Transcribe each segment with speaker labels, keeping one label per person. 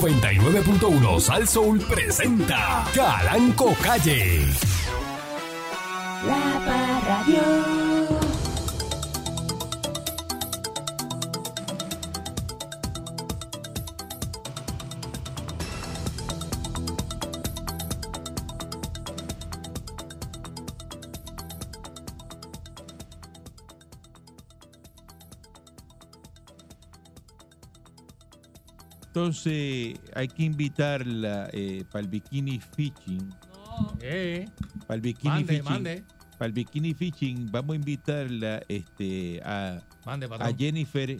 Speaker 1: 99.1 Sal Soul presenta Calanco Calle.
Speaker 2: La Parradio.
Speaker 3: Entonces hay que invitarla eh, para el bikini fishing.
Speaker 4: Eh,
Speaker 3: Para el bikini
Speaker 4: mande,
Speaker 3: fishing.
Speaker 4: mande,
Speaker 3: Para el bikini fishing vamos a invitarla este, a,
Speaker 4: mande,
Speaker 3: a
Speaker 4: patrón.
Speaker 3: Jennifer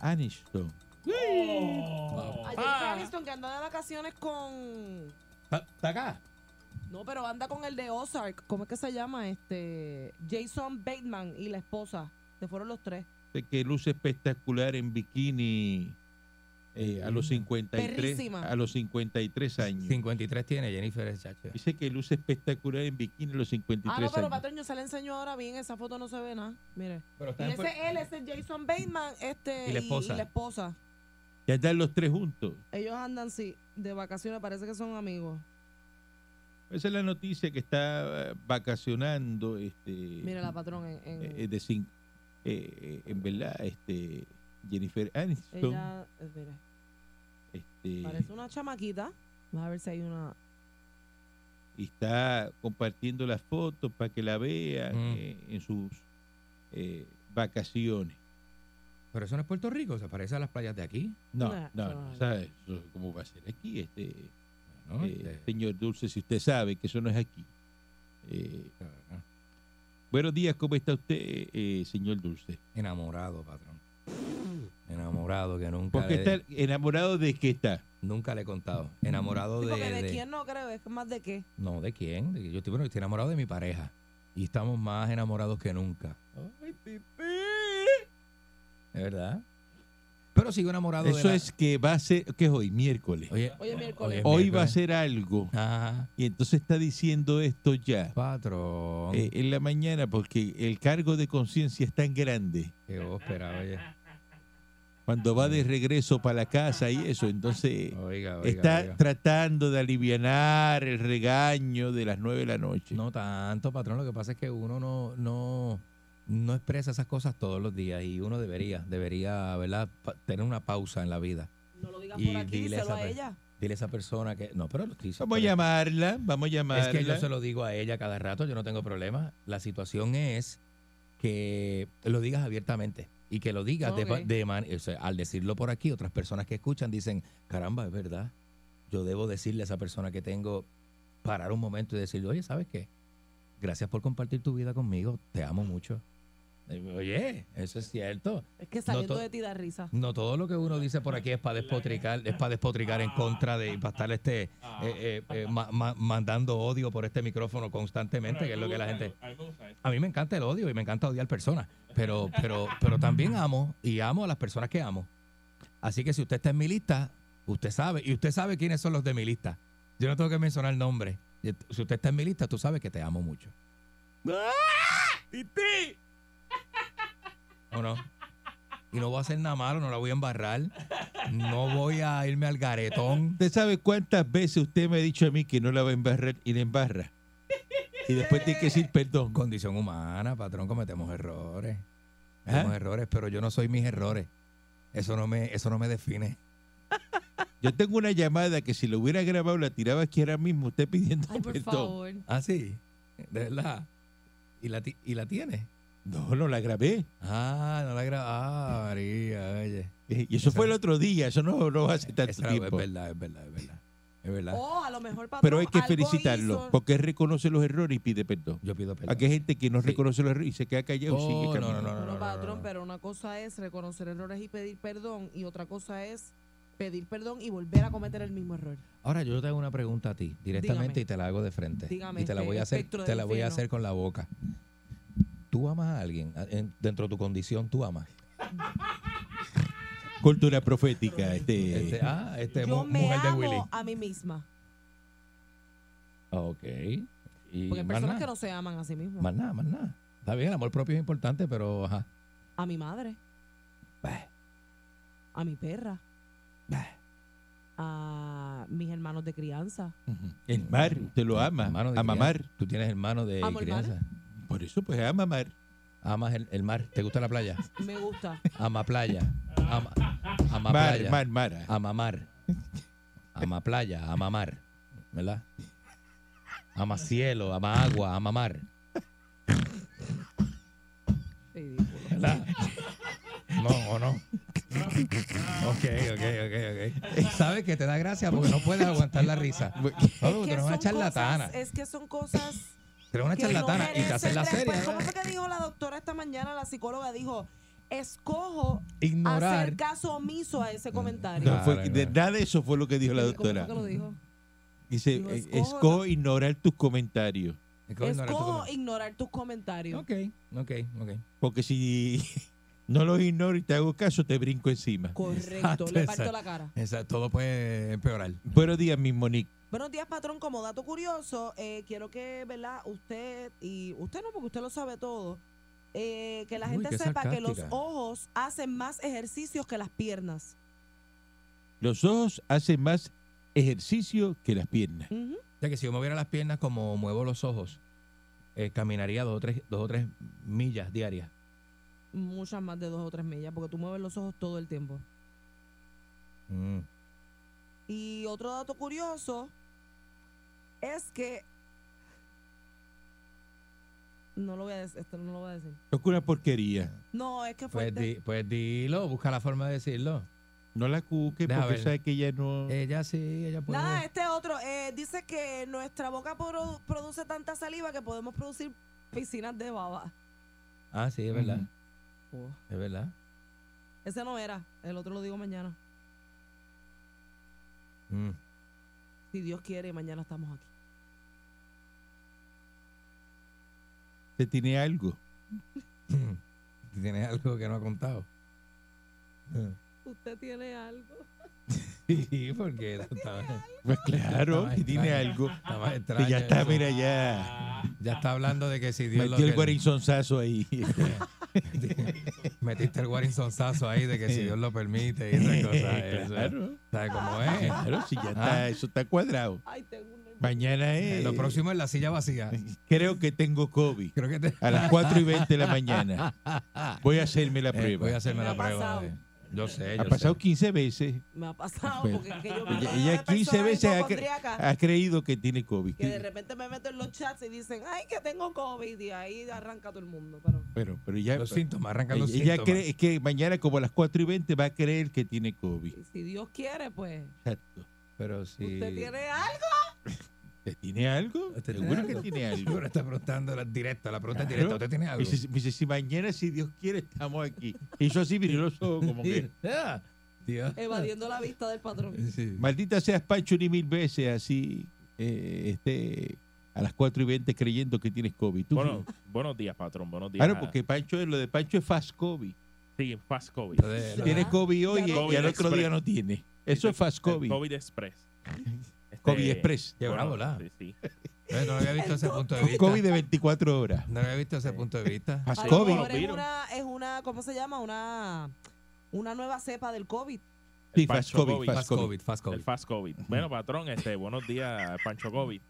Speaker 3: Aniston.
Speaker 4: Papá.
Speaker 5: A Jennifer Aniston que anda de vacaciones con.
Speaker 4: Pa- pa' acá?
Speaker 5: No, pero anda con el de Ozark. ¿Cómo es que se llama? Este. Jason Bateman y la esposa. Se fueron los tres.
Speaker 3: de que luce espectacular en bikini eh, a los 53
Speaker 5: Perrísima.
Speaker 3: a los 53 años.
Speaker 4: 53 tiene Jennifer el chacho.
Speaker 3: Dice que luce espectacular en bikini a los 53
Speaker 5: Ah, no, pero
Speaker 3: años.
Speaker 5: patrón, yo se la enseño ahora bien. Esa foto no se ve nada. Mire.
Speaker 4: Pero
Speaker 5: Y
Speaker 4: está en
Speaker 5: ese él, ese es Jason Bateman, este.
Speaker 4: Y la esposa.
Speaker 5: esposa.
Speaker 3: Ya están los tres juntos.
Speaker 5: Ellos andan, sí, de vacaciones. Parece que son amigos.
Speaker 3: Esa es la noticia que está eh, vacacionando este
Speaker 5: Mire la patrón en. en-
Speaker 3: eh, eh, de cin- eh, eh, en verdad este Jennifer Aniston
Speaker 5: ella. eh, Mire.
Speaker 3: este,
Speaker 5: Parece una chamaquita. Vamos a ver si hay una.
Speaker 3: y está compartiendo las fotos para que la vean
Speaker 4: Mm.
Speaker 3: eh, en sus eh, vacaciones.
Speaker 4: Pero eso no es Puerto Rico, se parece a las playas de aquí.
Speaker 3: No,
Speaker 5: Nah,
Speaker 3: no,
Speaker 5: no,
Speaker 3: no,
Speaker 5: no.
Speaker 3: ¿sabes? Eso, ¿Cómo va a ser aquí? Este,
Speaker 4: ¿no?
Speaker 3: eh,
Speaker 4: Este,
Speaker 3: Señor Dulce, si usted sabe que eso no es aquí. Eh, buenos días, ¿cómo está usted, eh, señor Dulce?
Speaker 4: Enamorado, patrón. Enamorado que nunca,
Speaker 3: Porque este
Speaker 4: le,
Speaker 3: está enamorado de qué está.
Speaker 4: nunca le he contado. Enamorado
Speaker 5: Sí,
Speaker 4: de, eh.
Speaker 5: porque de,
Speaker 4: de-
Speaker 5: quién no creo, es más de qué.
Speaker 4: No, ¿de quién? De- yo estoy, bueno, estoy enamorado de mi pareja. Y estamos más enamorados que nunca. ¿De verdad? Pero sigo enamorado de
Speaker 3: Eso
Speaker 4: la-
Speaker 3: es que va a ser, ¿qué es hoy? Miércoles.
Speaker 4: Oye,
Speaker 5: Hoy es miércoles.
Speaker 3: Hoy va a
Speaker 4: miércoles. Ah.
Speaker 3: ser algo.
Speaker 4: Ajá.
Speaker 3: Y entonces está diciendo esto ya.
Speaker 4: Patrón.
Speaker 3: eh, en la mañana, porque el cargo de conciencia es tan grande.
Speaker 4: Qué ópera, oye.
Speaker 3: Cuando va de regreso para la casa y eso, entonces...
Speaker 4: Oh, Oiga, oiga.
Speaker 3: Está
Speaker 4: oiga.
Speaker 3: tratando de aliviar el regaño de las 9 de la noche.
Speaker 4: No tanto, patrón. Lo que pasa es que uno no, no, no expresa esas cosas todos los días y uno debería, debería, ¿verdad? Pa- tener una pausa en la vida.
Speaker 5: No lo digas
Speaker 4: Y
Speaker 5: por aquí,
Speaker 4: dile a
Speaker 5: díselo
Speaker 4: esa
Speaker 5: a
Speaker 4: per-
Speaker 5: ella.
Speaker 4: Dile a esa persona que. No, pero lo estoy
Speaker 3: Vamos a
Speaker 4: pero-
Speaker 3: llamarla, vamos a llamarla.
Speaker 4: Es que yo se lo digo a ella cada rato, yo no tengo problema. La situación es que lo digas abiertamente y que lo digas de pa-
Speaker 5: Ok.
Speaker 4: de, man- o sea, al decirlo por aquí, otras personas que escuchan dicen, caramba, es verdad, yo debo decirle a esa persona que tengo, parar un momento y decirle, oye, ¿sabes qué? Gracias por compartir tu vida conmigo, te amo mucho. Eh, Oye, eso es cierto.
Speaker 5: Es que saliendo
Speaker 4: to-
Speaker 5: de ti da risa.
Speaker 4: No todo lo que uno dice por aquí es para despotricar, es para despotricar en contra de, y para estar este, eh, eh, eh, ma- ma- mandando odio por este micrófono constantemente, que es lo que la gente. A mí me encanta el odio y me encanta odiar personas, pero, pero, pero también amo y amo a las personas que amo. Así que si usted está en mi lista, usted sabe y usted sabe quiénes son los de mi lista. Yo no tengo que mencionar nombres. Y et- Si usted está en mi lista, tú sabes que te amo mucho.
Speaker 3: ¡Ah!
Speaker 4: ¿O no? Y no voy a hacer nada malo, no la voy a embarrar. No voy a irme al garetón.
Speaker 3: ¿Usted sabe cuántas veces usted me ha dicho a mí que no la va a embarrar y la embarra? Y después tiene que decir perdón.
Speaker 4: Condición humana, patrón, cometemos errores.
Speaker 3: ¿Ah?
Speaker 4: Cometemos errores, pero yo no soy mis errores. Eso no me, eso no me define.
Speaker 3: Yo tengo una llamada que si lo hubiera grabado la tiraba aquí ahora mismo, usted pidiendo
Speaker 5: Ay, por
Speaker 3: perdón.
Speaker 5: favor.
Speaker 4: Ah, sí. De verdad. ¿Y la, ti- y la tiene?
Speaker 3: No, no la grabé.
Speaker 4: Ah, no la grabó. Ah, María, oye.
Speaker 3: Eh, Y eso
Speaker 4: Esa-
Speaker 3: fue el otro día, eso no, no hace tanto
Speaker 4: Esa- es
Speaker 3: tiempo.
Speaker 4: verdad, es verdad, es verdad. Es verdad.
Speaker 5: O Oh, a lo mejor patrón,
Speaker 3: Pero hay que
Speaker 5: algo
Speaker 3: felicitarlo,
Speaker 5: hizo.
Speaker 3: porque él reconoce los errores y pide perdón.
Speaker 4: Yo pido perdón.
Speaker 3: Aquí hay gente que no
Speaker 4: Sí.
Speaker 3: reconoce los errores y se queda callado y
Speaker 4: Oh,
Speaker 3: sigue
Speaker 4: no,
Speaker 3: caminando.
Speaker 4: no, no,
Speaker 5: Bueno, patrón,
Speaker 4: no.
Speaker 5: pero una cosa es reconocer errores y pedir perdón, y otra cosa es pedir perdón y volver a cometer el mismo error.
Speaker 4: Ahora yo te hago una pregunta a ti directamente
Speaker 5: Dígame.
Speaker 4: y te la hago de frente.
Speaker 5: Dígame,
Speaker 4: y te la
Speaker 5: este
Speaker 4: voy a hacer,
Speaker 5: espectro
Speaker 4: te
Speaker 5: del
Speaker 4: la voy a
Speaker 5: infierno.
Speaker 4: hacer con la boca. ¿Tú amas a alguien A- en- dentro de tu condición? ¿Tú amas?
Speaker 3: Cultura profética, este,
Speaker 4: Este, ah, este,
Speaker 5: Yo
Speaker 4: mu-
Speaker 5: me
Speaker 4: mujer de Willy.
Speaker 5: amo a mí misma.
Speaker 4: Ah, Ok. Y
Speaker 5: Porque
Speaker 4: más
Speaker 5: hay personas
Speaker 4: nada,
Speaker 5: que no se aman a sí mismas.
Speaker 4: más nada, más nada. Está bien, el amor propio es importante, pero ajá.
Speaker 5: A mi madre,
Speaker 4: Bah,
Speaker 5: a mi perra,
Speaker 4: bah.
Speaker 5: a hermanos de crianza.
Speaker 3: El mar, usted lo ama.
Speaker 4: este, Hermano de
Speaker 3: A mamar.
Speaker 4: crianza. Tú tienes hermano de
Speaker 5: Amo el mar.
Speaker 4: crianza.
Speaker 3: Por eso, pues, a mamar.
Speaker 4: Amas el, el mar. ¿Te gusta la playa?
Speaker 5: Me gusta.
Speaker 4: Ama playa. Ama, ama
Speaker 3: Mar,
Speaker 4: playa.
Speaker 3: mar, mara.
Speaker 4: A mamar. Ama playa, a mamar. ¿Verdad? Ama cielo, ama agua, a mamar.
Speaker 5: Ridículo.
Speaker 4: ¿Verdad? No, o no. Ok, ok, ok, ok. Sabes que te da gracia porque no puedes aguantar la risa. No, porque
Speaker 5: que
Speaker 4: eres una
Speaker 5: son
Speaker 4: charlatana.
Speaker 5: cosas- es que son cosas
Speaker 4: Tú eres una
Speaker 5: que no
Speaker 4: charlatana y te haces la
Speaker 5: merecen
Speaker 4: serie.
Speaker 5: respeto. ¿Cómo fue que dijo la doctora esta mañana? La psicóloga dijo, escojo
Speaker 4: Ignorar.
Speaker 5: hacer caso omiso a ese comentario.
Speaker 3: No, fue-
Speaker 4: Claro,
Speaker 3: de
Speaker 4: claro.
Speaker 3: nada de eso fue lo que dijo la
Speaker 5: ¿Y cómo fue
Speaker 3: doctora.
Speaker 5: que lo dijo?
Speaker 3: Dice,
Speaker 5: Digo,
Speaker 3: eh,
Speaker 5: escojo-
Speaker 3: escojo ignorar tus comentarios.
Speaker 4: Escoge ignorar tu
Speaker 5: Escojo
Speaker 4: comentario.
Speaker 5: ignorar tus comentarios.
Speaker 4: Ok, ok, ok.
Speaker 3: Porque si no los ignoro y te hago caso, te brinco encima.
Speaker 5: Correcto,
Speaker 4: Exacto,
Speaker 5: le
Speaker 4: exacto.
Speaker 5: parto la cara.
Speaker 4: Esa- todo puede empeorar.
Speaker 3: Buenos días, mi Monique.
Speaker 5: Buenos días, patrón. Como dato curioso, eh, quiero que, ¿verdad? Usted, y usted no, porque usted lo sabe todo, eh, que la
Speaker 4: Uy,
Speaker 5: gente
Speaker 4: qué
Speaker 5: sepa que los
Speaker 4: sarcástica.
Speaker 5: ojos hacen más ejercicios que las piernas.
Speaker 3: Los ojos hacen más ejercicio que las piernas.
Speaker 5: Ujú.
Speaker 4: O sea que si yo moviera las piernas como muevo los ojos, eh, caminaría dos o, tres, dos o tres millas diarias.
Speaker 5: Muchas más de dos o tres millas, porque tú mueves los ojos todo el tiempo.
Speaker 4: Mm.
Speaker 5: Y otro dato curioso es que. No lo voy a decir, esto no lo voy a decir.
Speaker 3: Es una porquería.
Speaker 5: No, es que fue. este,
Speaker 4: Pues, di- pues dilo, busca la forma de decirlo.
Speaker 3: No la cuques
Speaker 4: Deja
Speaker 3: porque
Speaker 4: ver. Eh.
Speaker 3: sabe que ella no...
Speaker 4: Ella sí, ella puede.
Speaker 5: Nada, este otro. eh, dice que nuestra boca produ- produce tanta saliva que podemos producir piscinas de baba.
Speaker 4: Ah, sí, es verdad.
Speaker 3: Ujú.
Speaker 5: Oh,
Speaker 4: Es verdad.
Speaker 5: Ese no era. El otro lo digo mañana.
Speaker 4: Mm.
Speaker 5: Si Dios quiere, mañana estamos aquí.
Speaker 3: Te tiene algo.
Speaker 4: Tienes algo que no ha contado.
Speaker 5: Usted tiene algo.
Speaker 4: Sí, porque está, está
Speaker 3: Pues claro,
Speaker 4: Está
Speaker 3: te tiene
Speaker 4: extraño.
Speaker 3: algo.
Speaker 4: más
Speaker 3: Que
Speaker 4: extraño.
Speaker 3: ya está,
Speaker 4: eso.
Speaker 3: mira, ya
Speaker 4: Ya está hablando de que si Dios lo
Speaker 3: metió el
Speaker 4: permite-
Speaker 3: guarinzonzazo ahí.
Speaker 4: Metiste el guarinzonzazo ahí de que si Dios lo permite y esas cosas. eso.
Speaker 3: claro,
Speaker 4: ¿Sabes cómo es?
Speaker 3: claro, si ya está,
Speaker 4: Ah.
Speaker 3: eso está cuadrado.
Speaker 5: Ay, tengo un.
Speaker 3: Mañana
Speaker 4: Eh,
Speaker 3: es...
Speaker 4: Lo próximo es la silla vacía.
Speaker 3: Creo que tengo COVID.
Speaker 4: Creo que te.
Speaker 3: A las 4 y 20 de la mañana. Voy a hacerme la
Speaker 4: Eh, voy a
Speaker 3: prueba.
Speaker 4: hacerme
Speaker 5: Me ha
Speaker 4: la prueba.
Speaker 5: pasado.
Speaker 4: de- Yo sé.
Speaker 3: Ha
Speaker 4: yo
Speaker 3: pasado
Speaker 4: sé.
Speaker 3: 15 veces.
Speaker 5: Me ha pasado
Speaker 3: Pues,
Speaker 5: porque es que yo me
Speaker 3: Ella,
Speaker 5: rodeé de
Speaker 3: ella 15
Speaker 5: personas
Speaker 3: veces ha, cre-
Speaker 5: hipocondríacas.
Speaker 3: ha creído que tiene COVID.
Speaker 5: que de repente me meto en los chats y dicen, ay, que tengo COVID, y ahí arranca todo el mundo. Pero
Speaker 3: Pero, pero ya. pues,
Speaker 4: Los síntomas, arrancan los
Speaker 3: Ella
Speaker 4: síntomas.
Speaker 3: cree que mañana, como a las 4 y 20, va a creer que tiene COVID.
Speaker 5: si Dios quiere, pues,
Speaker 3: Exacto.
Speaker 4: Pero si.
Speaker 5: usted tiene algo.
Speaker 3: ¿Te tiene algo?
Speaker 4: ¿Te tiene
Speaker 3: Seguro que
Speaker 4: algo?
Speaker 3: tiene algo.
Speaker 4: Ahora está preguntando la- directa, la pregunta es
Speaker 3: Claro.
Speaker 4: directa. ¿Usted tiene
Speaker 3: Me
Speaker 4: algo?
Speaker 3: dice, me dice, si mañana, si Dios quiere, estamos aquí. Y yo así miré los ojos como que.
Speaker 4: Ah, Dios.
Speaker 5: Evadiendo la vista del patrón.
Speaker 4: Sí.
Speaker 3: Maldita seas Pancho ni mil veces así eh, este, a las 4 y 20 creyendo que tienes COVID. Tú,
Speaker 2: Bueno, buenos días, patrón. Buenos días.
Speaker 3: claro, porque Pancho, lo de Pancho es fast COVID.
Speaker 2: Sí, Fast COVID.
Speaker 4: Lo de- lo-
Speaker 3: Tiene COVID hoy
Speaker 5: Ya
Speaker 3: y,
Speaker 5: no.
Speaker 3: y al otro
Speaker 2: COVID
Speaker 3: día no tiene. Eso es fast
Speaker 2: El
Speaker 3: COVID.
Speaker 2: COVID Express. Este,
Speaker 3: COVID Express.
Speaker 4: Qué
Speaker 2: bueno,
Speaker 4: bravo, la.
Speaker 2: Sí, sí.
Speaker 4: eh, no había visto ese punto de vista.
Speaker 3: COVID de 24 horas.
Speaker 4: No había visto ese
Speaker 2: Sí.
Speaker 4: punto de vista.
Speaker 3: Fast
Speaker 5: A lo
Speaker 3: COVID.
Speaker 5: mejor es
Speaker 2: Virus.
Speaker 5: una, es una, ¿cómo se llama? Una, una nueva cepa del COVID.
Speaker 3: Sí,
Speaker 2: El
Speaker 3: fast
Speaker 2: Pancho
Speaker 3: COVID,
Speaker 2: COVID.
Speaker 3: fast
Speaker 4: Fast COVID, fast
Speaker 2: El
Speaker 4: COVID.
Speaker 2: Fast COVID. Bueno, patrón, este, buenos días, Pancho COVID.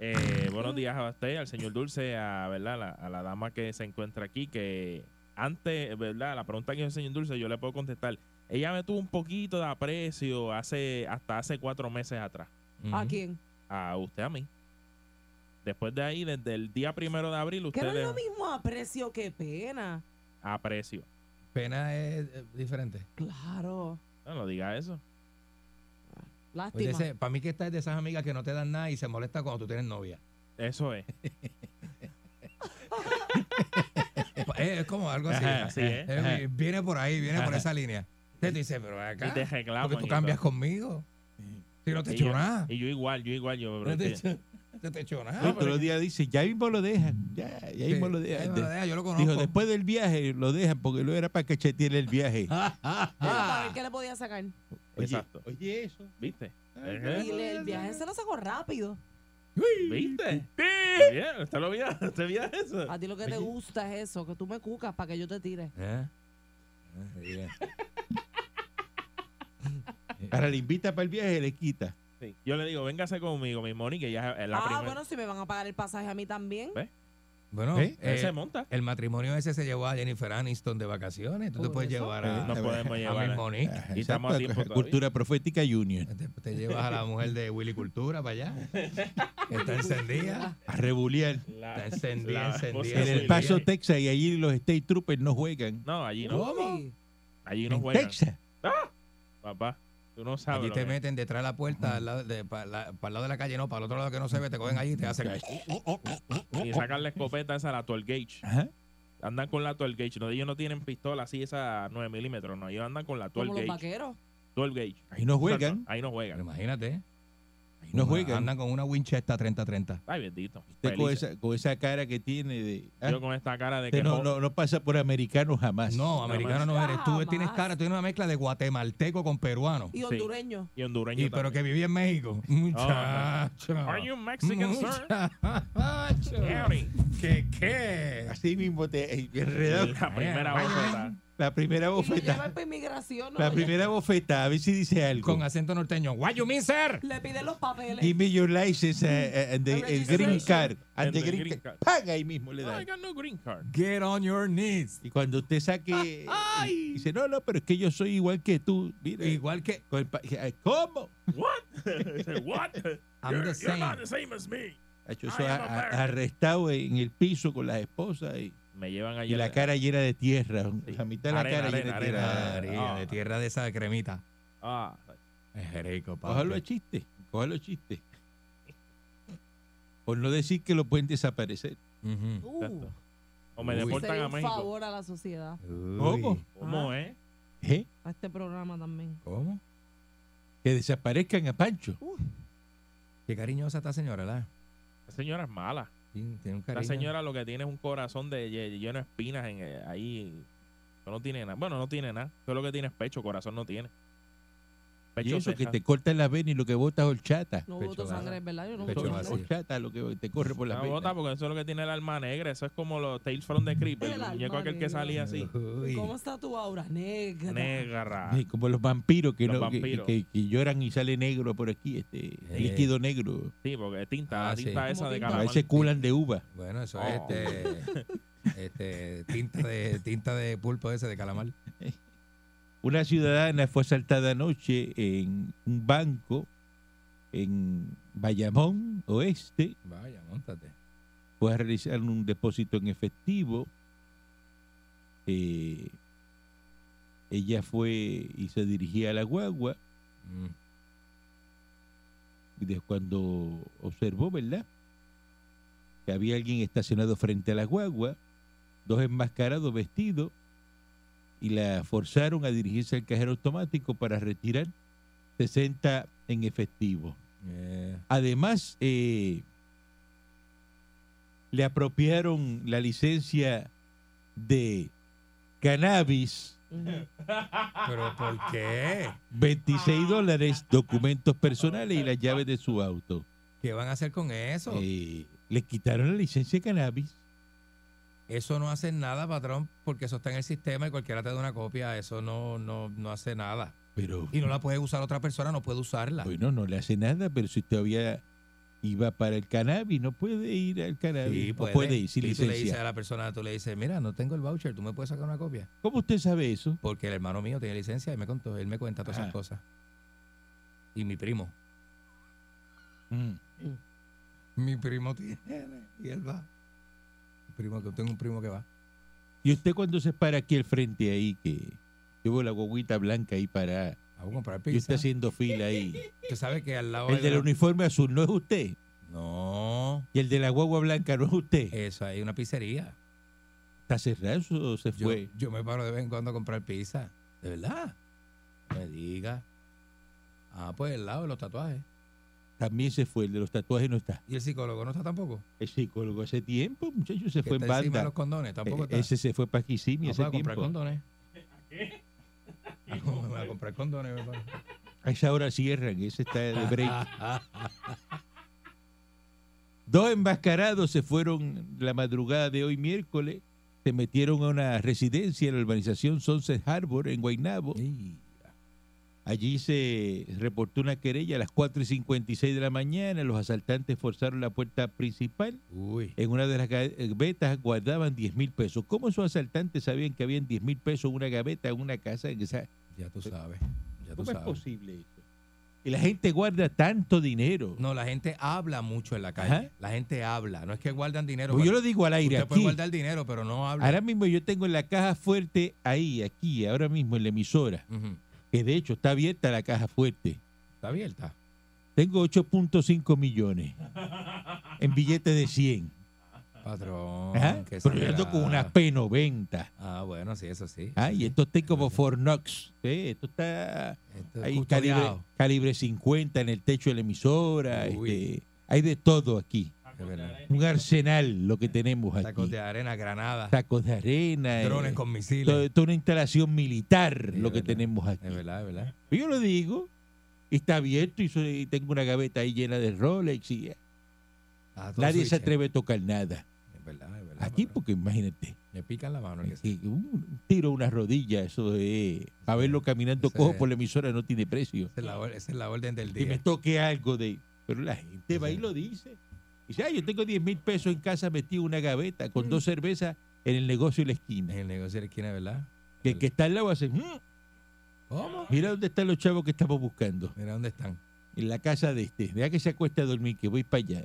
Speaker 2: Eh, buenos días a usted, al señor Dulce, a, ¿verdad? La, a la dama que se encuentra aquí, que antes, ¿verdad? La pregunta que hizo el señor Dulce, yo le puedo contestar. Ella me tuvo un poquito de aprecio hace, hasta hace cuatro meses atrás.
Speaker 4: Ujú.
Speaker 5: ¿A quién?
Speaker 2: A usted, a mí. Después de ahí, desde el día primero de abril,
Speaker 5: Que
Speaker 2: usted
Speaker 5: no es
Speaker 2: dejó-
Speaker 5: lo mismo aprecio que pena.
Speaker 2: aprecio.
Speaker 4: Pena es eh, diferente.
Speaker 5: Claro.
Speaker 2: No, no diga eso.
Speaker 5: Lástima.
Speaker 4: para mí que esta es de esas amigas que no te dan nada y se molesta cuando tú tienes novia.
Speaker 2: Eso es.
Speaker 4: Pa- eh, es como algo así.
Speaker 2: Ajá, sí, ¿eh?
Speaker 4: Eh,
Speaker 2: Ajá.
Speaker 4: vi- viene por ahí, viene por esa línea. Usted dice, pero
Speaker 2: Y
Speaker 4: acá,
Speaker 2: te
Speaker 4: porque
Speaker 2: reclaman.
Speaker 4: tú
Speaker 2: y
Speaker 4: cambias
Speaker 2: todo.
Speaker 4: conmigo. Si no te
Speaker 2: Y
Speaker 4: echo
Speaker 2: yo-
Speaker 4: nada.
Speaker 2: Y yo igual, yo igual, yo.
Speaker 4: No
Speaker 2: pero
Speaker 4: te
Speaker 2: es que-
Speaker 4: echo, no te echo nada.
Speaker 3: El otro día dice, ya mismo lo dejan. Ya, ya
Speaker 4: Ah, Sí,
Speaker 3: mismo lo
Speaker 4: ahí
Speaker 3: dejan.
Speaker 4: me lo deja, yo lo conozco.
Speaker 3: Dijo, después del viaje lo dejan porque lo era para cachetear el viaje.
Speaker 4: Ah, ah,
Speaker 5: Pero para
Speaker 4: ah.
Speaker 5: ver qué le podía sacar.
Speaker 3: Oye,
Speaker 2: Exacto.
Speaker 3: Oye, eso.
Speaker 2: ¿Viste?
Speaker 5: Y le- el viaje se lo sacó rápido.
Speaker 2: ¿Viste? Muy Bien, usted lo vio, usted vio eso.
Speaker 5: A ti lo que te gusta es eso, que tú me cucas para que yo te tire.
Speaker 4: ¿Eh? Ah, bien.
Speaker 3: Ahora le invita para el viaje y le quita.
Speaker 2: Sí. Yo le digo, véngase conmigo, mi Moni, que ya es la
Speaker 5: ah,
Speaker 2: primera.
Speaker 5: bueno, si me van a pagar el pasaje a mí también.
Speaker 2: Ve.
Speaker 4: Bueno,
Speaker 3: ¿Eh?
Speaker 2: Él
Speaker 4: eh,
Speaker 2: se monta.
Speaker 4: el matrimonio ese se llevó a Jennifer Aniston de vacaciones. Tú te
Speaker 5: Por
Speaker 4: puedes
Speaker 5: eso.
Speaker 4: llevar
Speaker 3: Eh,
Speaker 4: a,
Speaker 2: No
Speaker 3: Ah,
Speaker 2: podemos
Speaker 4: a Miss
Speaker 2: llevar.
Speaker 4: Monique.
Speaker 3: Ajá,
Speaker 2: Y estamos a
Speaker 3: exacto,
Speaker 2: tiempo todavía.
Speaker 3: Cultura Profética Junior.
Speaker 4: Te, te llevas a la mujer de Willy Cultura para allá. que Está encendida.
Speaker 3: A rebuliar.
Speaker 2: La-
Speaker 4: Está encendida,
Speaker 2: la
Speaker 4: encendida.
Speaker 2: esposa
Speaker 3: En
Speaker 4: En
Speaker 2: de
Speaker 4: Eso
Speaker 3: El
Speaker 4: es
Speaker 2: Willy.
Speaker 3: Paso, Texas, y allí los State Troopers no juegan.
Speaker 2: No, allí no.
Speaker 5: ¿Cómo?
Speaker 2: Allí no
Speaker 3: En
Speaker 2: juegan.
Speaker 3: Texas.
Speaker 2: Papá, tú no sabes.
Speaker 4: Allí
Speaker 2: lo
Speaker 4: te
Speaker 2: que es.
Speaker 4: meten detrás de la puerta, al lado de- para la- para el lado de la calle, no, para el otro lado que no se ve, te cogen allí y te hacen.
Speaker 2: Y sacan la escopeta esa, la 12 gauge.
Speaker 3: Ajá.
Speaker 2: Andan con la 12 gauge. No, ellos no tienen pistola así, esa 9 milímetros. No, ellos andan con la
Speaker 5: Como
Speaker 2: 12
Speaker 5: los
Speaker 2: gauge.
Speaker 5: vaqueros.
Speaker 2: 12 gauge.
Speaker 3: Ahí no
Speaker 2: No,
Speaker 3: juegan.
Speaker 2: Ahí no
Speaker 4: Pero
Speaker 2: juegan.
Speaker 4: imagínate.
Speaker 3: Ahí no
Speaker 4: Una-
Speaker 3: juegan.
Speaker 4: Andan con una Winchester 30-30.
Speaker 2: Ay, bendito.
Speaker 3: Usted con
Speaker 2: Felices.
Speaker 3: esa, con esa cara que tiene de. ah,
Speaker 2: Yo con esta cara de
Speaker 3: usted
Speaker 2: que
Speaker 3: no,
Speaker 2: no-
Speaker 3: no, no pasa por americano jamás.
Speaker 4: No, americano no eres. Tú tienes
Speaker 5: Jamás.
Speaker 4: cara, tú tienes una mezcla de guatemalteco con peruano.
Speaker 5: Y hondureños.
Speaker 2: y hondureño.
Speaker 4: Y pero
Speaker 2: también.
Speaker 4: que viví en México. Muchacho.
Speaker 2: Are you
Speaker 4: Mm,
Speaker 2: Mexican, sir?
Speaker 4: Muchacho.
Speaker 2: Howdy.
Speaker 4: ¿Qué qué?
Speaker 3: Así mismo te eh, enredado.
Speaker 2: La primera
Speaker 4: Ay,
Speaker 2: bofeta.
Speaker 3: La primera
Speaker 5: Y lo llevan
Speaker 3: bofeta.
Speaker 5: para inmigración. ¿no?
Speaker 3: Oh, La primera bofeta. A ver si dice algo.
Speaker 4: Con acento norteño. What you mean, sir?
Speaker 5: Le piden los papeles.
Speaker 3: Give me your license eh, eh, and the, el green card. And the green card. ¡Pam! Ahí mismo le
Speaker 2: No,
Speaker 3: da.
Speaker 2: I got no green card.
Speaker 4: Get on your knees.
Speaker 3: Y cuando usted saque. y- y Dice, no, no, pero es que yo soy igual que tú. Mira,
Speaker 4: Igual que
Speaker 3: con el pa- eh, ¿Cómo?
Speaker 2: What? I said, What?
Speaker 4: I'm
Speaker 2: you're,
Speaker 4: the
Speaker 2: you're not
Speaker 4: same.
Speaker 2: the same as me.
Speaker 3: Hacho,
Speaker 2: I
Speaker 3: eso
Speaker 2: am
Speaker 3: a-
Speaker 2: American.
Speaker 3: a- arrestado en el piso con las esposas y,
Speaker 2: Me llevan
Speaker 3: y
Speaker 2: allí.
Speaker 3: la cara llena de tierra.
Speaker 2: Sí.
Speaker 3: La mitad de la
Speaker 2: Arena,
Speaker 3: cara
Speaker 2: arena,
Speaker 3: llena de
Speaker 2: arena,
Speaker 3: tierra.
Speaker 2: arena.
Speaker 4: María, de tierra de esa de cremita.
Speaker 2: Ah,
Speaker 4: Es rico,
Speaker 3: Cójalo a
Speaker 4: papi.
Speaker 3: chiste, cójalo a chiste. Por no decir que lo pueden desaparecer.
Speaker 4: Ujú.
Speaker 5: Uh,
Speaker 2: o me
Speaker 4: Uy.
Speaker 2: deportan
Speaker 5: sería
Speaker 2: a
Speaker 5: un
Speaker 2: México.
Speaker 5: favor Ah. a la sociedad.
Speaker 3: ¿Cómo?
Speaker 4: Uy,
Speaker 2: ¿Cómo es?
Speaker 3: ¿Eh?
Speaker 5: A este programa también.
Speaker 4: ¿Cómo?
Speaker 3: Que desaparezcan a Pancho.
Speaker 4: Qué cariñosa esta señora, ¿verdad?
Speaker 2: La señora es mala.
Speaker 4: Sí, Tiene un
Speaker 2: La
Speaker 4: cariño.
Speaker 2: señora lo que tiene es un corazón de lle- lleno de espinas en, eh, ahí. Pero no tiene nada. Bueno, no tiene nada. Solo que tiene es pecho, corazón no tiene.
Speaker 3: Y eso que
Speaker 2: seca.
Speaker 3: te cortan las venas y lo que botas es horchata.
Speaker 5: No
Speaker 4: Pecho
Speaker 5: voto
Speaker 4: vacío.
Speaker 5: sangre, ¿verdad? Yo no
Speaker 4: Pecho
Speaker 5: voto
Speaker 4: vacío.
Speaker 5: sangre.
Speaker 3: Horchata lo que te corre por las
Speaker 2: No,
Speaker 3: venas.
Speaker 2: Ah, bota, porque eso es lo que tiene el alma negra. Eso es como los Tales from the Crypt.
Speaker 5: El
Speaker 2: El,
Speaker 5: alma
Speaker 2: muñeco aquel que
Speaker 5: negra.
Speaker 2: salía así.
Speaker 4: Uy.
Speaker 5: ¿Cómo está tu aura? Negra.
Speaker 2: Negra.
Speaker 3: Sí, como los vampiros, que,
Speaker 2: Los
Speaker 3: no- que-
Speaker 2: vampiros.
Speaker 3: que- que lloran y sale negro por aquí, este
Speaker 4: Eh.
Speaker 3: líquido negro.
Speaker 2: Sí, porque tinta,
Speaker 4: Ah, sí.
Speaker 2: tinta esa
Speaker 5: Como
Speaker 2: de
Speaker 5: tinta.
Speaker 3: A
Speaker 2: calamar.
Speaker 3: veces culan de uva.
Speaker 4: Bueno, eso
Speaker 2: Oh.
Speaker 4: es este, este, tinta, de, tinta de pulpo ese de calamar.
Speaker 3: Una ciudadana fue asaltada anoche en un banco en Bayamón Oeste.
Speaker 4: Vaya, montate.
Speaker 3: Fue a realizar un depósito en efectivo. Eh, ella fue y se dirigía a la guagua.
Speaker 4: Mm.
Speaker 3: Y de cuando observó, ¿verdad? Que había alguien estacionado frente a la guagua, dos enmascarados vestidos, y la forzaron a dirigirse al cajero automático para retirar 60 en efectivo. Además, eh, le apropiaron la licencia de cannabis,
Speaker 5: Ujú.
Speaker 4: Pero ¿por qué?
Speaker 3: 26 dólares, documentos personales y las llaves de su auto.
Speaker 4: ¿Qué van a hacer con eso?
Speaker 3: Eh, le quitaron la licencia de cannabis.
Speaker 4: Eso no hace nada, patrón, porque eso está en el sistema y cualquiera te da una copia. Eso no, no, no hace nada.
Speaker 3: Pero
Speaker 4: Y no la puede usar otra persona, no puede usarla.
Speaker 3: bueno, no le hace nada, pero si usted había iba para el cannabis, no puede ir al cannabis.
Speaker 4: Sí,
Speaker 3: No pues puede ir sin
Speaker 4: y tú le dices
Speaker 3: licencia.
Speaker 4: a la persona, tú le dices, mira, no tengo el voucher, tú me puedes sacar una copia.
Speaker 3: ¿Cómo usted sabe eso?
Speaker 4: Porque el hermano mío tiene licencia y me contó, él me cuenta todas
Speaker 3: Ah.
Speaker 4: esas cosas. Y mi primo. Mm. Mi primo tiene, y él va. Mi primo, que tengo un primo que va.
Speaker 3: Y usted cuando se para aquí al frente ahí, que yo veo la guaguita blanca ahí para...
Speaker 4: Ah, voy a comprar
Speaker 3: Y
Speaker 4: pizza.
Speaker 3: usted haciendo fila ahí.
Speaker 4: Usted sabe que al lado...
Speaker 3: El del
Speaker 4: la-
Speaker 3: uniforme azul no es usted.
Speaker 4: No,
Speaker 3: Y el de la guagua blanca no es usted.
Speaker 4: eso hay una pizzería.
Speaker 3: ¿Está cerrado o se
Speaker 4: Yo,
Speaker 3: fue?
Speaker 4: yo me paro de vez en cuando a comprar pizza. ¿De verdad? No me diga. Ah, pues el lado de los tatuajes.
Speaker 3: También se fue. El de los tatuajes no está.
Speaker 4: ¿Y el psicólogo no está tampoco?
Speaker 3: El psicólogo hace tiempo, muchachos, se
Speaker 4: Que
Speaker 3: fue en
Speaker 4: está encima de
Speaker 3: banda.
Speaker 4: los condones, tampoco
Speaker 3: Eh,
Speaker 4: está.
Speaker 3: ese se fue para Kissimmee
Speaker 4: No
Speaker 3: hace
Speaker 4: a comprar
Speaker 3: tiempo.
Speaker 4: condones. ¿A qué? Me voy a comprar condones, me paro.
Speaker 3: A esa hora cierran, ese está de break. Dos enmascarados se fueron la madrugada de hoy miércoles, se metieron a una residencia en la urbanización Sunset Harbor en Guaynabo. Allí se reportó una querella a las 4 y 56 de la mañana. Los asaltantes forzaron la puerta principal.
Speaker 4: Uy.
Speaker 3: En una de las eh, gavetas guardaban 10 mil pesos. ¿Cómo esos asaltantes sabían que habían 10 mil pesos en una gaveta, en una casa? En esa-
Speaker 4: Ya tú sabes. Ya tú
Speaker 3: ¿Cómo es
Speaker 4: sabes.
Speaker 3: posible eso? Y la gente guarda tanto dinero.
Speaker 4: No, la gente habla mucho en la calle.
Speaker 3: Ajá.
Speaker 4: La gente habla. No es que guardan dinero.
Speaker 3: Pues yo
Speaker 4: pero-
Speaker 3: lo digo al
Speaker 4: usted
Speaker 3: aire
Speaker 4: puede
Speaker 3: aquí.
Speaker 4: guardar dinero, pero no habla.
Speaker 3: Ahora mismo yo tengo en la caja fuerte ahí, aquí, ahora mismo en la emisora,
Speaker 4: Ujú.
Speaker 3: que de hecho está abierta la caja fuerte.
Speaker 4: Está abierta.
Speaker 3: Tengo 8.5 millones en billetes de 100.
Speaker 4: Patrón.
Speaker 3: Ajá,
Speaker 4: Oh, qué
Speaker 3: Pero yo ando con una
Speaker 4: exagerada.
Speaker 3: P90.
Speaker 4: Ah, bueno, sí, eso sí.
Speaker 3: Ah, y esto está como
Speaker 4: Sí.
Speaker 3: Fornox. ¿eh? Esto está
Speaker 4: Esto es
Speaker 3: ahí calibre,
Speaker 4: custodiado.
Speaker 3: calibre 50 en el techo de la emisora.
Speaker 4: Uy.
Speaker 3: este, hay de todo aquí.
Speaker 4: De verdad.
Speaker 3: Un arsenal lo que tenemos
Speaker 4: Tacos
Speaker 3: aquí.
Speaker 4: de arena, granadas,
Speaker 3: Tacos de arena.
Speaker 4: drones
Speaker 3: eh,
Speaker 4: con
Speaker 3: to-
Speaker 4: misiles.
Speaker 3: toda una instalación militar
Speaker 4: Sí,
Speaker 3: lo que
Speaker 4: verdad.
Speaker 3: tenemos aquí.
Speaker 4: Es verdad, es verdad.
Speaker 3: Yo lo digo. y Está abierto y, soy- y tengo una gaveta ahí llena de Rolex y
Speaker 4: Ah, todo
Speaker 3: nadie se
Speaker 4: switch,
Speaker 3: atreve a tocar nada.
Speaker 4: eh. Es verdad, es verdad.
Speaker 3: Aquí
Speaker 4: patrón.
Speaker 3: porque imagínate,
Speaker 4: Me pican la mano. el que
Speaker 3: que un tiro, una rodilla, eso de a verlo caminando
Speaker 4: Sí.
Speaker 3: cojo por la emisora no tiene precio.
Speaker 4: Esa es, la, or- esa es la orden del
Speaker 3: Que me
Speaker 4: día.
Speaker 3: toque algo de... Pero la gente va y
Speaker 4: Sí.
Speaker 3: lo dice. Dice, ah, yo tengo 10 mil pesos en casa metido en una gaveta
Speaker 4: Mm.
Speaker 3: con dos cervezas en el negocio de la
Speaker 4: En
Speaker 3: esquina.
Speaker 4: el negocio de la esquina, ¿verdad?
Speaker 3: Que el que está al lado hace, "Mm,
Speaker 4: ¿Cómo?
Speaker 3: mira dónde están los chavos que estamos buscando.
Speaker 4: Mira dónde están.
Speaker 3: en la casa de este. Deja que se acueste a dormir, que voy para allá.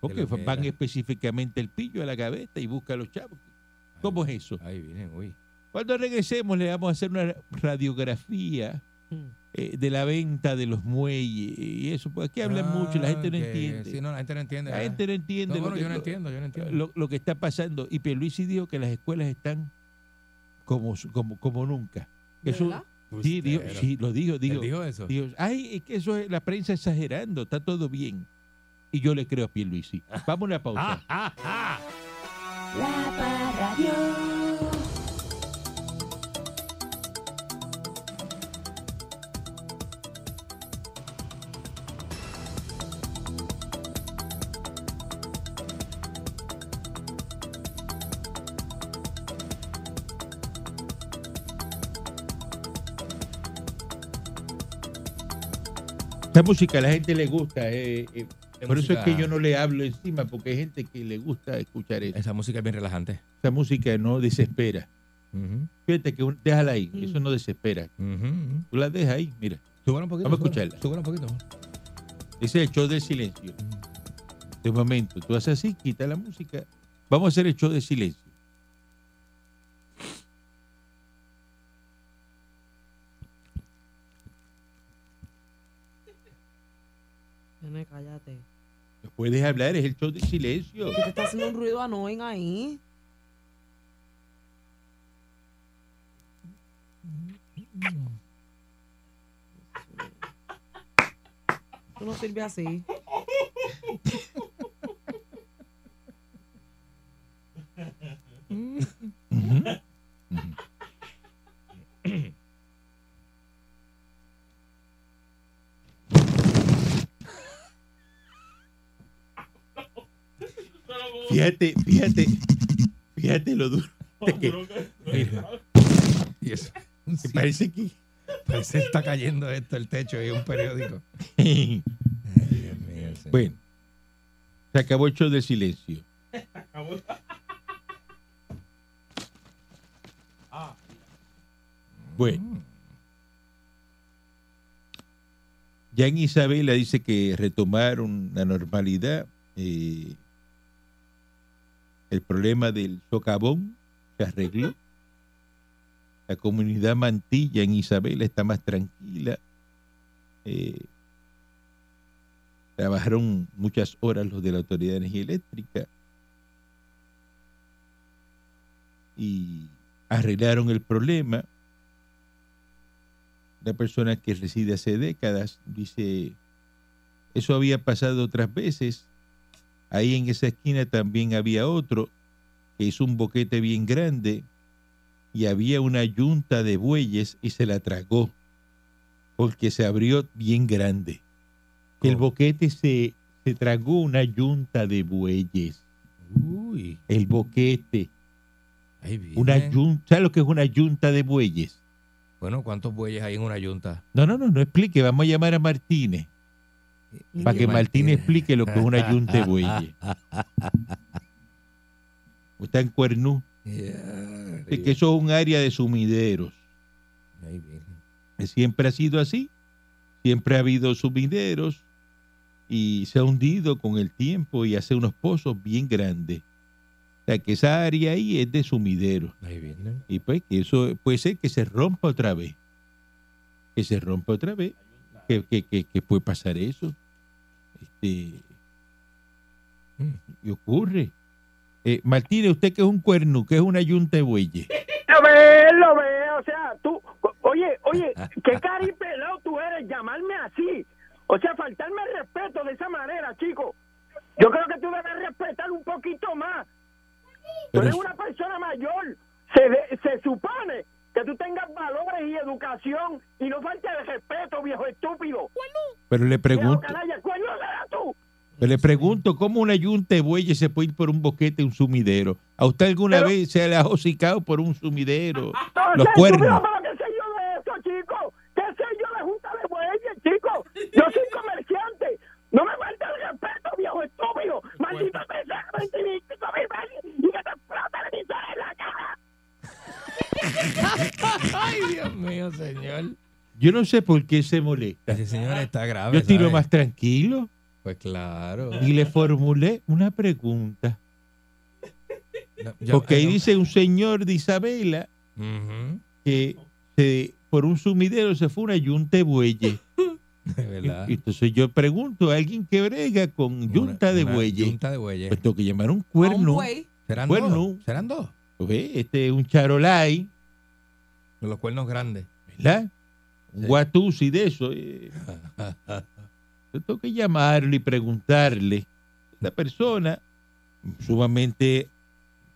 Speaker 3: Porque
Speaker 4: lo que
Speaker 3: van
Speaker 4: era.
Speaker 3: específicamente el pillo a la gaveta y busca a los chavos. ¿Cómo es eso?
Speaker 4: Ahí vienen, uy.
Speaker 3: Cuando regresemos le vamos a hacer una radiografía
Speaker 4: Mm.
Speaker 3: eh, de la venta de los muelles y eso. Pues aquí hablan
Speaker 4: Ah,
Speaker 3: mucho, la gente no
Speaker 4: que-
Speaker 3: entiende.
Speaker 4: Sí, no, la gente no entiende.
Speaker 3: la
Speaker 4: ¿verdad?
Speaker 3: gente no entiende,
Speaker 4: No,
Speaker 3: lo
Speaker 4: bueno,
Speaker 3: que-
Speaker 4: yo no
Speaker 3: lo-
Speaker 4: entiendo, yo no entiendo.
Speaker 3: lo, lo que está pasando. Y Pierluisi dijo que las escuelas están como, su- como, como nunca. Eso,
Speaker 5: ¿Verdad?
Speaker 3: sí, dijo-
Speaker 4: Pero-
Speaker 3: sí, lo dijo,
Speaker 4: Él
Speaker 3: dijo.
Speaker 4: dijo eso.
Speaker 3: Dios, ay, es que eso es la prensa exagerando, está todo bien. Y yo le creo a Pierluisi. Vamos a una pausa.
Speaker 6: La Parradio.
Speaker 3: Esta música a la gente le gusta. eh, eh,
Speaker 4: Esta
Speaker 3: por eso es que
Speaker 4: música-
Speaker 3: yo no le hablo encima, porque hay gente que le gusta escuchar eso.
Speaker 4: Esa música es bien relajante.
Speaker 3: Esta música no desespera.
Speaker 4: Ujú,
Speaker 3: Fíjate que un- déjala ahí,
Speaker 5: Mm.
Speaker 3: eso no desespera.
Speaker 4: ujú, ujú.
Speaker 3: Tú la dejas ahí, mira.
Speaker 4: Súbala un poquito.
Speaker 3: Vamos a
Speaker 4: súbala,
Speaker 3: escucharla.
Speaker 4: Súbala un poquito.
Speaker 3: Ese es el show del silencio. De momento, tú haces así, quita la música. Vamos a hacer el show de silencio.
Speaker 5: Nene, cállate.
Speaker 3: No puedes hablar, es el show de silencio.
Speaker 5: Que te está haciendo un ruido annoying ahí. Tú no sirves así.
Speaker 3: Fíjate, fíjate, fíjate lo duro. que-
Speaker 4: Y eso.
Speaker 3: que parece que
Speaker 4: Parece que está cayendo esto el techo y un periódico. Dios mío, sí.
Speaker 3: Bueno, se acabó el show del silencio. Bueno,
Speaker 4: Mm.
Speaker 3: ya en Isabela dice que retomaron la normalidad. eh, el problema del socavón se arregló. La comunidad mantilla en Isabela está más tranquila. eh, trabajaron muchas horas los de la Autoridad de Energía Eléctrica y arreglaron el problema. La persona que reside hace décadas dice, eso había pasado otras veces, ahí en esa esquina también había otro que hizo un boquete bien grande y había una yunta de bueyes y se la tragó porque se abrió bien grande. El
Speaker 4: ¿Cómo?
Speaker 3: boquete se, se tragó una yunta de bueyes.
Speaker 4: Uy.
Speaker 3: El boquete,
Speaker 4: Ahí viene.
Speaker 3: una yunta. ¿Sabes lo que es una yunta de bueyes?
Speaker 4: Bueno, ¿cuántos bueyes hay en una yunta?
Speaker 3: No, no, no, no explique. Vamos a llamar a Martínez para que Martínez explique lo que es una yunta de bueyes. Está en Cuernú,
Speaker 4: Yeah,
Speaker 3: que eso es un área de sumideros. Eh,
Speaker 4: ahí viene.
Speaker 3: Siempre ha sido así. Siempre ha habido sumideros y se ha hundido con el tiempo y hace unos pozos bien grandes. O sea, que esa área ahí es de sumideros.
Speaker 4: Ahí viene.
Speaker 3: Y pues que eso puede ser que se rompa otra vez. Que se rompa otra vez. Que, que- que- que puede pasar eso. Este,
Speaker 4: Mm.
Speaker 3: y ocurre. Eh, Martínez, usted que es un cuerno, que es una yunta de bueyes.
Speaker 6: Lo ve, lo ve, o sea, tú, o- oye, oye, qué caripelado tú eres llamarme así. O sea, faltarme el respeto de esa manera, chico. Yo creo que tú debes respetar un poquito más. Tú
Speaker 3: Pero
Speaker 6: eres
Speaker 3: es-
Speaker 6: una persona mayor. Se, de- se supone que tú tengas valores y educación y no falte de respeto, viejo estúpido.
Speaker 3: Pero le
Speaker 6: Viejo
Speaker 3: pregunto,
Speaker 6: canalla, ¿cuándo serás tú?
Speaker 3: pero le pregunto, ¿cómo una yunta de bueyes se puede ir por un boquete, un sumidero? ¿A usted alguna
Speaker 6: Pero-
Speaker 3: vez se le ha hocicado por un sumidero?
Speaker 6: No
Speaker 3: Los
Speaker 6: sé,
Speaker 3: cuernos.
Speaker 6: tú, pero ¿Qué sé yo de eso, chico? ¿Qué sé yo de Junta de Bueyes, chico? Yo soy comerciante. No me falta el respeto, viejo estúpido. Maldito mensaje, 25 mil veces y que te explota el emisor en la cara.
Speaker 4: Ay, Dios mío, señor.
Speaker 3: Yo no sé por qué se molesta.
Speaker 4: Ese señor está grave.
Speaker 3: Yo tiro
Speaker 4: ¿sabe?
Speaker 3: más tranquilo.
Speaker 4: Pues claro.
Speaker 3: y le formulé una pregunta.
Speaker 4: No, yo-
Speaker 3: porque ahí
Speaker 4: no.
Speaker 3: dice un señor de Isabela
Speaker 4: Ujú,
Speaker 3: que se- por un sumidero se fue una yunta de bueyes.
Speaker 4: de verdad.
Speaker 3: Y- Entonces yo pregunto a alguien que brega con yunta
Speaker 4: Una-
Speaker 3: de
Speaker 4: una
Speaker 3: bueyes.
Speaker 4: Yunta de bueyes.
Speaker 3: Pues tengo que llamar a un
Speaker 5: A un
Speaker 3: cuerno.
Speaker 5: buey.
Speaker 4: ¿Serán
Speaker 3: cuerno.
Speaker 4: dos? ¿Serán dos?
Speaker 3: Ok, Este es un charolay,
Speaker 4: Los cuernos grandes.
Speaker 3: ¿verdad? Un
Speaker 4: Sí.
Speaker 3: guatusi de eso. eh. Yo tengo que llamarle y preguntarle. La persona sumamente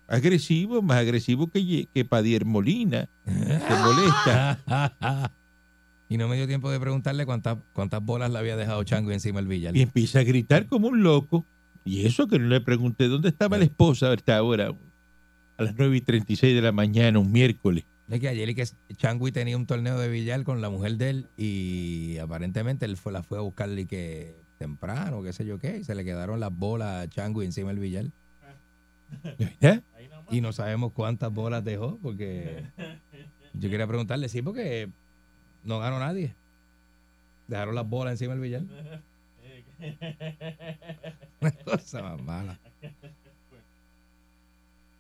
Speaker 3: agresivo, más agresivo que, Ye- que Padier Molina, se molesta.
Speaker 4: y no me dio tiempo de preguntarle cuántas cuántas bolas le había dejado Chango encima del billar.
Speaker 3: Y empieza a gritar como un loco. Y eso que no le pregunté dónde estaba la esposa a esta hora, a las 9 y 36 de la mañana, un miércoles.
Speaker 4: Es que ayer y que Changui tenía un torneo de billar con la mujer de él y aparentemente él fue, la fue a buscarle que temprano, qué sé yo qué, y se le quedaron las bolas a Changui encima del billar.
Speaker 3: ¿Verdad?
Speaker 4: Y no sabemos cuántas bolas dejó porque yo quería preguntarle, sí, porque no ganó nadie. Dejaron las bolas encima del billar. Una cosa más mala.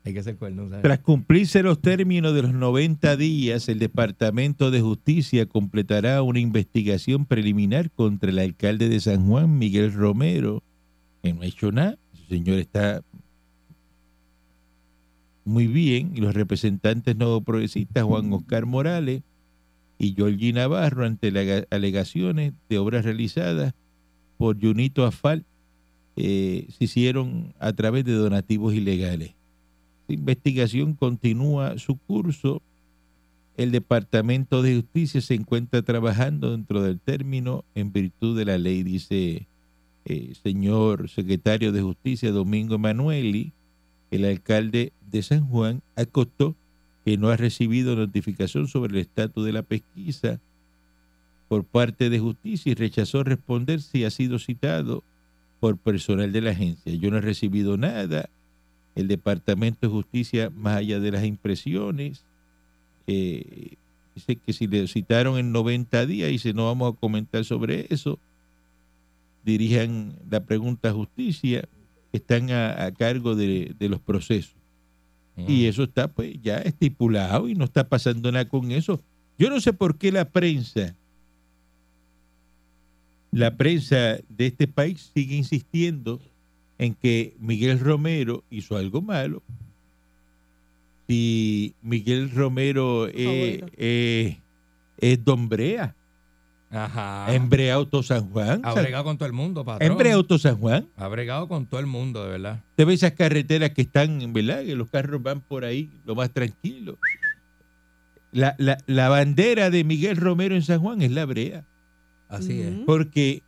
Speaker 4: Hay que ser cuerno, ¿sabes?
Speaker 3: Tras cumplirse los términos de los 90 días, el Departamento de Justicia completará una investigación preliminar contra el alcalde de San Juan, Miguel Romero, que no ha hecho nada. Ese señor está muy bien. Y los representantes no progresistas, Juan Oscar Morales y Georgie Navarro, ante las alegaciones de obras realizadas por Junito Afal, eh, se hicieron a través de donativos ilegales. La investigación continúa su curso. El Departamento de Justicia se encuentra trabajando dentro del término en virtud de la ley, dice eh, señor secretario de Justicia Domingo Emanueli. El alcalde de San Juan acostó que no ha recibido notificación sobre el estatus de la pesquisa por parte de justicia y rechazó responder si ha sido citado por personal de la agencia. Yo no he recibido nada, el Departamento de Justicia, más allá de las impresiones, eh, dice que si le citaron en 90 días, dice no vamos a comentar sobre eso, dirijan la pregunta a justicia, están a, a cargo de, de los procesos.
Speaker 4: Mm.
Speaker 3: Y eso está pues ya estipulado y no está pasando nada con eso. Yo no sé por qué la prensa, la prensa de este país sigue insistiendo en que Miguel Romero hizo algo malo. Si Miguel Romero eh,
Speaker 5: Favorito.
Speaker 3: eh, es Don Brea,
Speaker 4: Ajá.
Speaker 3: ha embreado todo San Juan.
Speaker 4: Ah. Ha bregado con todo el mundo,
Speaker 3: Ha
Speaker 4: patrón.
Speaker 3: embreado todo San Juan.
Speaker 4: Ha bregado con todo el mundo, de verdad.
Speaker 3: Usted ve esas carreteras que están, ¿verdad? Que los carros van por ahí lo más tranquilo. La, la- la bandera de Miguel Romero en San Juan es la brea.
Speaker 4: Así es.
Speaker 3: Mm.
Speaker 5: Ujú.
Speaker 3: Porque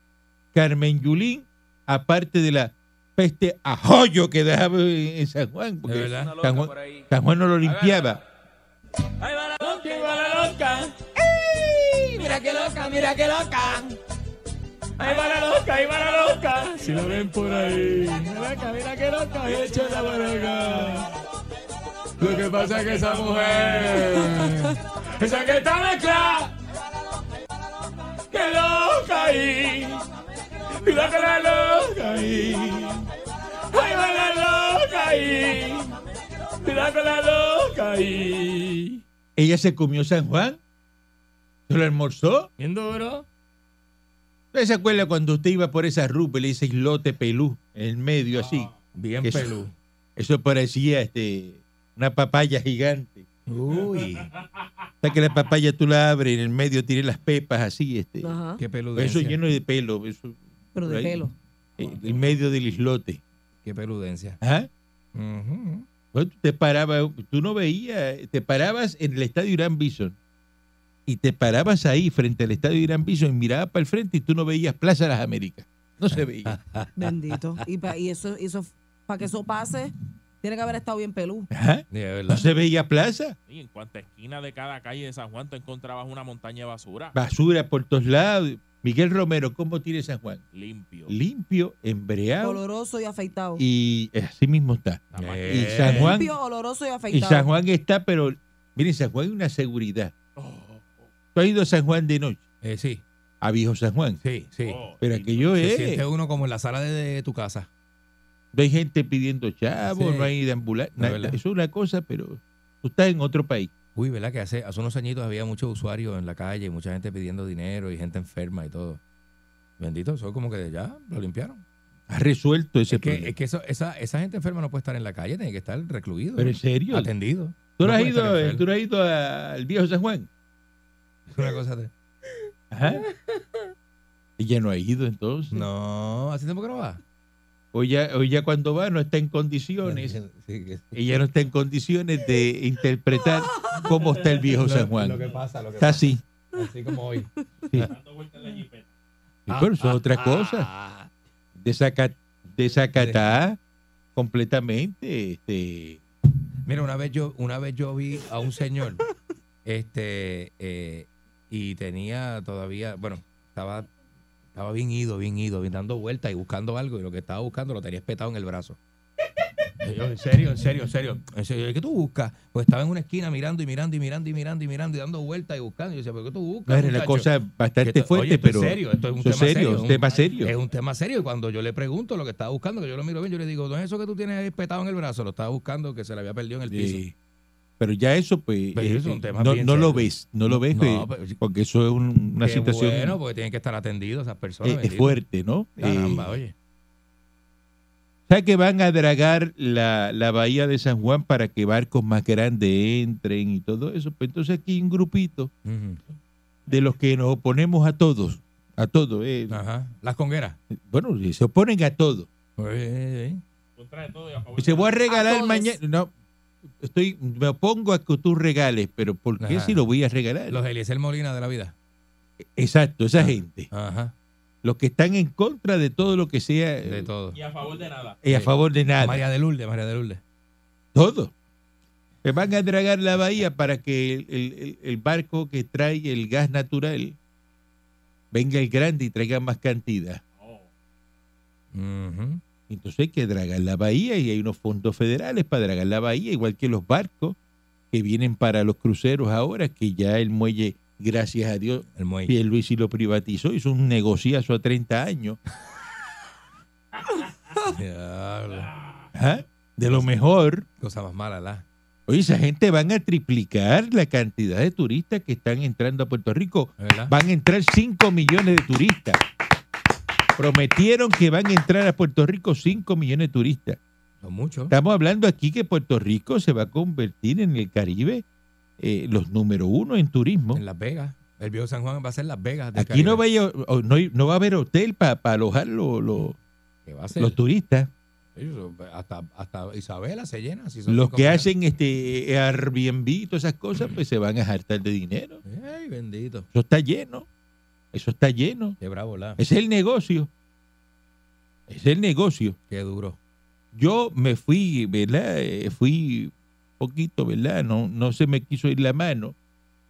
Speaker 3: Carmen Yulín, aparte de la peste a joyo que dejaba en en San Juan, porque
Speaker 4: De verdad.
Speaker 3: San Juan, San Juan no lo limpiaba.
Speaker 7: mira qué loca, mira qué loca. Ahí va la loca, ahí va la loca. Si la ven por ahí. Mira acá, mira qué loca, échala por acá. Lo que pasa es que esa mujer, esa que está mezclada, qué loca ahí. Mira que la loca ahí. Ahí va la loca ahí. Mira que la loca ahí.
Speaker 3: Ella se comió San Juan. Se lo almorzó.
Speaker 7: Bien duro.
Speaker 3: ¿Usted se acuerda cuando usted iba por esa rupa y le dice islote pelú en el medio así?
Speaker 4: Bien
Speaker 3: Eso-
Speaker 4: pelú.
Speaker 3: Eso parecía este, una papaya gigante.
Speaker 4: Uy,
Speaker 3: O sea que la papaya tú la abres en el medio tiene las pepas así. Este.
Speaker 5: Ajá,
Speaker 4: qué peludencia.
Speaker 3: Eso lleno de pelo. Eso,
Speaker 5: pero de
Speaker 3: Ahí.
Speaker 5: pelo.
Speaker 3: eh, en medio del islote.
Speaker 4: Qué peludencia.
Speaker 3: Ajá.
Speaker 4: Ujú.
Speaker 3: Bueno, tú te parabas, tú no veías, te parabas en el estadio Irán Bison y te parabas ahí frente al estadio Irán Bison y mirabas para el frente y tú no veías Plaza de las Américas. No se veía.
Speaker 5: Bendito. Y, pa- y eso, y eso para que eso pase, tiene que haber estado bien pelú.
Speaker 3: Ajá.
Speaker 4: Sí, es
Speaker 3: No
Speaker 4: verdad.
Speaker 3: se veía plaza.
Speaker 2: Y en cuanta esquina de cada calle de San Juan tú encontrabas una montaña de basura.
Speaker 3: Basura por todos lados. Miguel Romero, ¿cómo tiene San Juan?
Speaker 2: Limpio.
Speaker 3: Limpio, embreado
Speaker 5: Oloroso y afeitado.
Speaker 3: y así mismo está.
Speaker 2: Nada más
Speaker 4: Eh.
Speaker 2: que-
Speaker 3: Y San Juan,
Speaker 5: Limpio, oloroso y
Speaker 3: y San
Speaker 5: afeitado.
Speaker 3: Juan está, pero miren, San Juan es una seguridad.
Speaker 2: Oh,
Speaker 3: Tú has ido a San Juan de noche,
Speaker 4: Eh, sí,
Speaker 3: a viejo San Juan.
Speaker 4: sí, sí.
Speaker 2: oh,
Speaker 3: Pero
Speaker 2: lindo.
Speaker 3: aquello
Speaker 4: Se
Speaker 3: es.
Speaker 4: siente uno como en la sala de, de tu casa.
Speaker 3: No hay gente pidiendo chavos,
Speaker 4: Sí.
Speaker 3: no hay de ambulancia.
Speaker 4: Es verdad.
Speaker 3: Eso es una cosa, pero tú estás en otro país.
Speaker 4: Uy, ¿verdad? Que hace, hace unos añitos había muchos usuarios en la calle, mucha gente pidiendo dinero y gente enferma y todo. Bendito, eso como que ya lo limpiaron.
Speaker 3: Has resuelto ese
Speaker 4: Es que,
Speaker 3: problema.
Speaker 4: es que eso- esa, esa gente enferma no puede estar en la calle, tiene que estar recluido.
Speaker 3: pero en serio,
Speaker 4: Atendido.
Speaker 3: tú no
Speaker 4: No
Speaker 3: has
Speaker 4: puede estar
Speaker 3: ido,
Speaker 4: enfermo.
Speaker 3: tú no has ido a- al viejo San Juan.
Speaker 4: Es una cosa de-
Speaker 3: Ajá. Ella no ha ido entonces.
Speaker 4: No, hace tiempo que no va.
Speaker 3: O, ya, o ya cuando va no está en condiciones.
Speaker 4: Sí, que-
Speaker 3: Ella no está en condiciones de interpretar cómo está el viejo
Speaker 4: lo-
Speaker 3: San
Speaker 4: Lo que
Speaker 3: Juan.
Speaker 4: pasa, lo que
Speaker 3: Está
Speaker 4: pasa.
Speaker 3: así.
Speaker 4: Así como hoy.
Speaker 2: Dando vueltas en la jipeta.
Speaker 3: Y pero eso es otra cosa.
Speaker 4: Ah,
Speaker 3: Desaca- Desacatada completamente. Este,
Speaker 4: Mira, una vez yo, una vez yo vi a un señor, este, eh, y tenía todavía, bueno, estaba, estaba bien ido, bien ido, bien dando vueltas y buscando algo, y lo que estaba buscando lo tenía espetado en el brazo. Y yo, en serio, en serio, en serio. En serio, ¿qué tú buscas? Pues estaba en una esquina mirando y mirando y mirando y mirando y mirando y dando vueltas y buscando. Y yo decía, ¿pero qué tú buscas?
Speaker 3: no, era una
Speaker 4: muchacho?"
Speaker 3: cosa
Speaker 4: Que
Speaker 3: bastante
Speaker 4: esto- oye,
Speaker 3: fuerte,
Speaker 4: esto es
Speaker 3: pero.
Speaker 4: serio, esto es un
Speaker 3: Eso es
Speaker 4: tema
Speaker 3: serio,
Speaker 4: serio,
Speaker 3: es
Speaker 4: es
Speaker 3: un
Speaker 4: un-
Speaker 3: tema serio.
Speaker 4: Es un tema serio y cuando yo le pregunto lo que estaba buscando, que yo lo miro bien, yo le digo, no es eso que tú tienes ahí petado en el brazo, lo estaba buscando que se le había perdido en el piso.
Speaker 3: Sí. Pero ya eso, pues,
Speaker 4: Pero
Speaker 3: eh,
Speaker 4: es un tema
Speaker 3: no,
Speaker 4: bien
Speaker 3: no lo
Speaker 4: serio.
Speaker 3: ves, no lo ves,
Speaker 4: No,
Speaker 3: eh,
Speaker 4: pero-
Speaker 3: porque eso es un- una
Speaker 4: Qué
Speaker 3: situación
Speaker 4: Bueno, porque tienen que estar atendidos esas personas.
Speaker 3: eh, eh,
Speaker 4: bendito.
Speaker 3: fuerte, ¿no?
Speaker 4: Caramba,
Speaker 3: Eh,
Speaker 4: oye.
Speaker 3: ¿Sabes que van a dragar la, la bahía de San Juan para que barcos más grandes entren y todo eso? Pues entonces aquí hay un grupito
Speaker 4: Ujú.
Speaker 3: de los que nos oponemos a todos, a todo. eh,
Speaker 4: Ajá. Las congueras.
Speaker 3: Bueno, se oponen a todo. eh,
Speaker 4: Oye,
Speaker 2: Contra de todo y a favor.
Speaker 3: Se voy a
Speaker 5: A
Speaker 3: regalar
Speaker 5: todos.
Speaker 3: mañana. No, estoy, me opongo a que tú regales, pero ¿por qué
Speaker 4: Ajá.
Speaker 3: si lo voy a regalar?
Speaker 4: Los e-, Ah. Eliezer Molina de la vida.
Speaker 3: Exacto, esa gente.
Speaker 4: Ajá.
Speaker 3: los que están en contra de todo lo que sea
Speaker 4: De
Speaker 3: eh,
Speaker 4: todo.
Speaker 2: Y a favor de nada.
Speaker 3: y a
Speaker 4: Sí.
Speaker 3: favor de nada.
Speaker 4: María de Lourdes, María de Lourdes.
Speaker 3: Todo. Se van a dragar la bahía para que el, el- el- el barco que trae el gas natural venga el grande y traiga más cantidad.
Speaker 2: Oh,
Speaker 4: Ujú.
Speaker 3: Entonces hay que dragar la bahía y hay unos fondos federales para dragar la bahía, igual que los barcos que vienen para los cruceros ahora, que ya el muelle, gracias a Dios,
Speaker 4: El muelle.
Speaker 3: Pierluisi lo privatizó, hizo un negociazo a 30 años.
Speaker 4: Diablo.
Speaker 3: Ajá, ¿ah? De lo mejor.
Speaker 4: Cosa más mala, la.
Speaker 3: Oye, esa gente van a triplicar la cantidad de turistas que están entrando a Puerto Rico.
Speaker 4: ¿Verdad?
Speaker 3: Van a entrar 5 millones de turistas. Prometieron que van a entrar a Puerto Rico 5 millones de turistas.
Speaker 4: Son muchos.
Speaker 3: Estamos hablando aquí que Puerto Rico se va a convertir en el Caribe eh, los número uno en turismo.
Speaker 4: En Las Vegas. El viejo San Juan va a ser Las Vegas. del
Speaker 3: Aquí no va,
Speaker 4: Caribe.
Speaker 3: a, ir- o- no, hay- no va a haber hotel para alojar lo- lo-
Speaker 4: Que va a ser.
Speaker 3: los turistas.
Speaker 4: Ellos, hasta, hasta Isabela se llena. Si son
Speaker 3: Los
Speaker 4: cinco
Speaker 3: que
Speaker 4: millones.
Speaker 3: hacen este eh, Airbnb, todas esas cosas, pues se van a hartar de dinero.
Speaker 4: Ay, bendito.
Speaker 3: Eso está lleno. Eso está lleno.
Speaker 4: Qué bravo, la.
Speaker 3: Es el negocio. Es el negocio.
Speaker 4: Qué duro.
Speaker 3: Yo me fui, ¿verdad? Eh, Fui poquito, ¿verdad? No, no se me quiso ir la mano.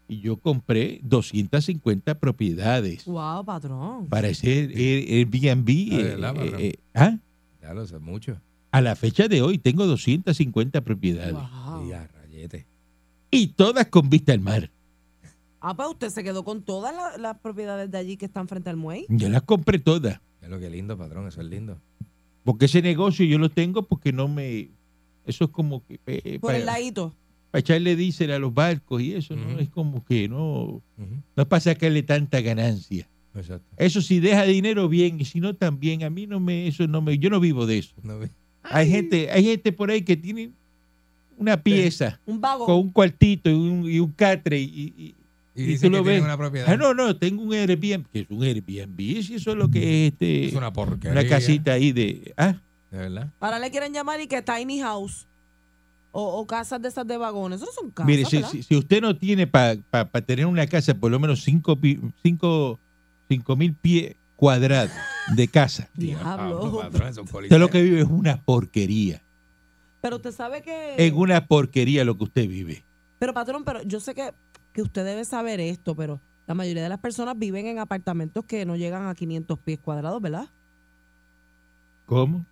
Speaker 3: y yo compré 250 propiedades
Speaker 5: Wow, patrón.
Speaker 3: para hacer el Airbnb.
Speaker 4: Ah,
Speaker 3: eh,
Speaker 4: ¿verdad,
Speaker 3: eh,
Speaker 4: patrón?
Speaker 3: eh, ¿ah?
Speaker 4: Ya lo sé mucho.
Speaker 3: A la fecha de hoy tengo 250 propiedades
Speaker 5: Wow.
Speaker 4: Y a rayete.
Speaker 3: y todas con vista al mar.
Speaker 5: Ah, pues usted se quedó con todas la- las propiedades de allí que están frente al muelle.
Speaker 3: Yo las compré todas.
Speaker 4: Ya lo que lindo, patrón, eso es lindo.
Speaker 3: Porque ese negocio yo lo tengo porque no me... Eso es como que... eh,
Speaker 5: Por el
Speaker 3: para-
Speaker 5: ladito.
Speaker 3: para echarle diésel a los barcos y eso, ¿no?
Speaker 4: Ujú.
Speaker 3: Es como que no,
Speaker 4: Ujú,
Speaker 3: no es para sacarle tanta ganancia.
Speaker 4: Exacto.
Speaker 3: Eso si deja dinero bien y si no también, a mí no me, eso no me, yo no vivo de eso.
Speaker 4: No vi-
Speaker 3: Hay gente, hay gente por ahí que tiene una pieza
Speaker 5: Un
Speaker 4: Oh.
Speaker 5: vago.
Speaker 3: con un cuartito y un, y un catre y, y-
Speaker 4: Y,
Speaker 3: Y
Speaker 4: dice
Speaker 3: tú lo
Speaker 4: que tiene
Speaker 3: ves.
Speaker 4: una propiedad.
Speaker 3: ah no, no, tengo un Airbnb, que es un Airbnb, si eso es lo que es este,
Speaker 4: Es una porquería.
Speaker 3: una casita ahí de ah,
Speaker 4: De verdad.
Speaker 5: Ahora le quieren llamar y que tiny house. O, o casas de esas de vagones. Eso no son casas.
Speaker 3: mire, si,
Speaker 5: ¿verdad?
Speaker 3: si- si usted no tiene para tener una casa por lo menos 5 cinco, cinco, cinco mil pies cuadrados de casa.
Speaker 5: Diablo.
Speaker 4: Diablo, Ah, patrón, eso es un
Speaker 3: Usted lo
Speaker 4: coliseo.
Speaker 3: que vive es una porquería.
Speaker 5: Pero usted sabe que.
Speaker 3: Es una porquería lo que usted vive.
Speaker 5: Pero patrón, pero yo sé que, que usted debe saber esto, pero la mayoría de las personas viven en apartamentos que no llegan a 500 pies cuadrados, ¿verdad?
Speaker 3: ¿Cómo?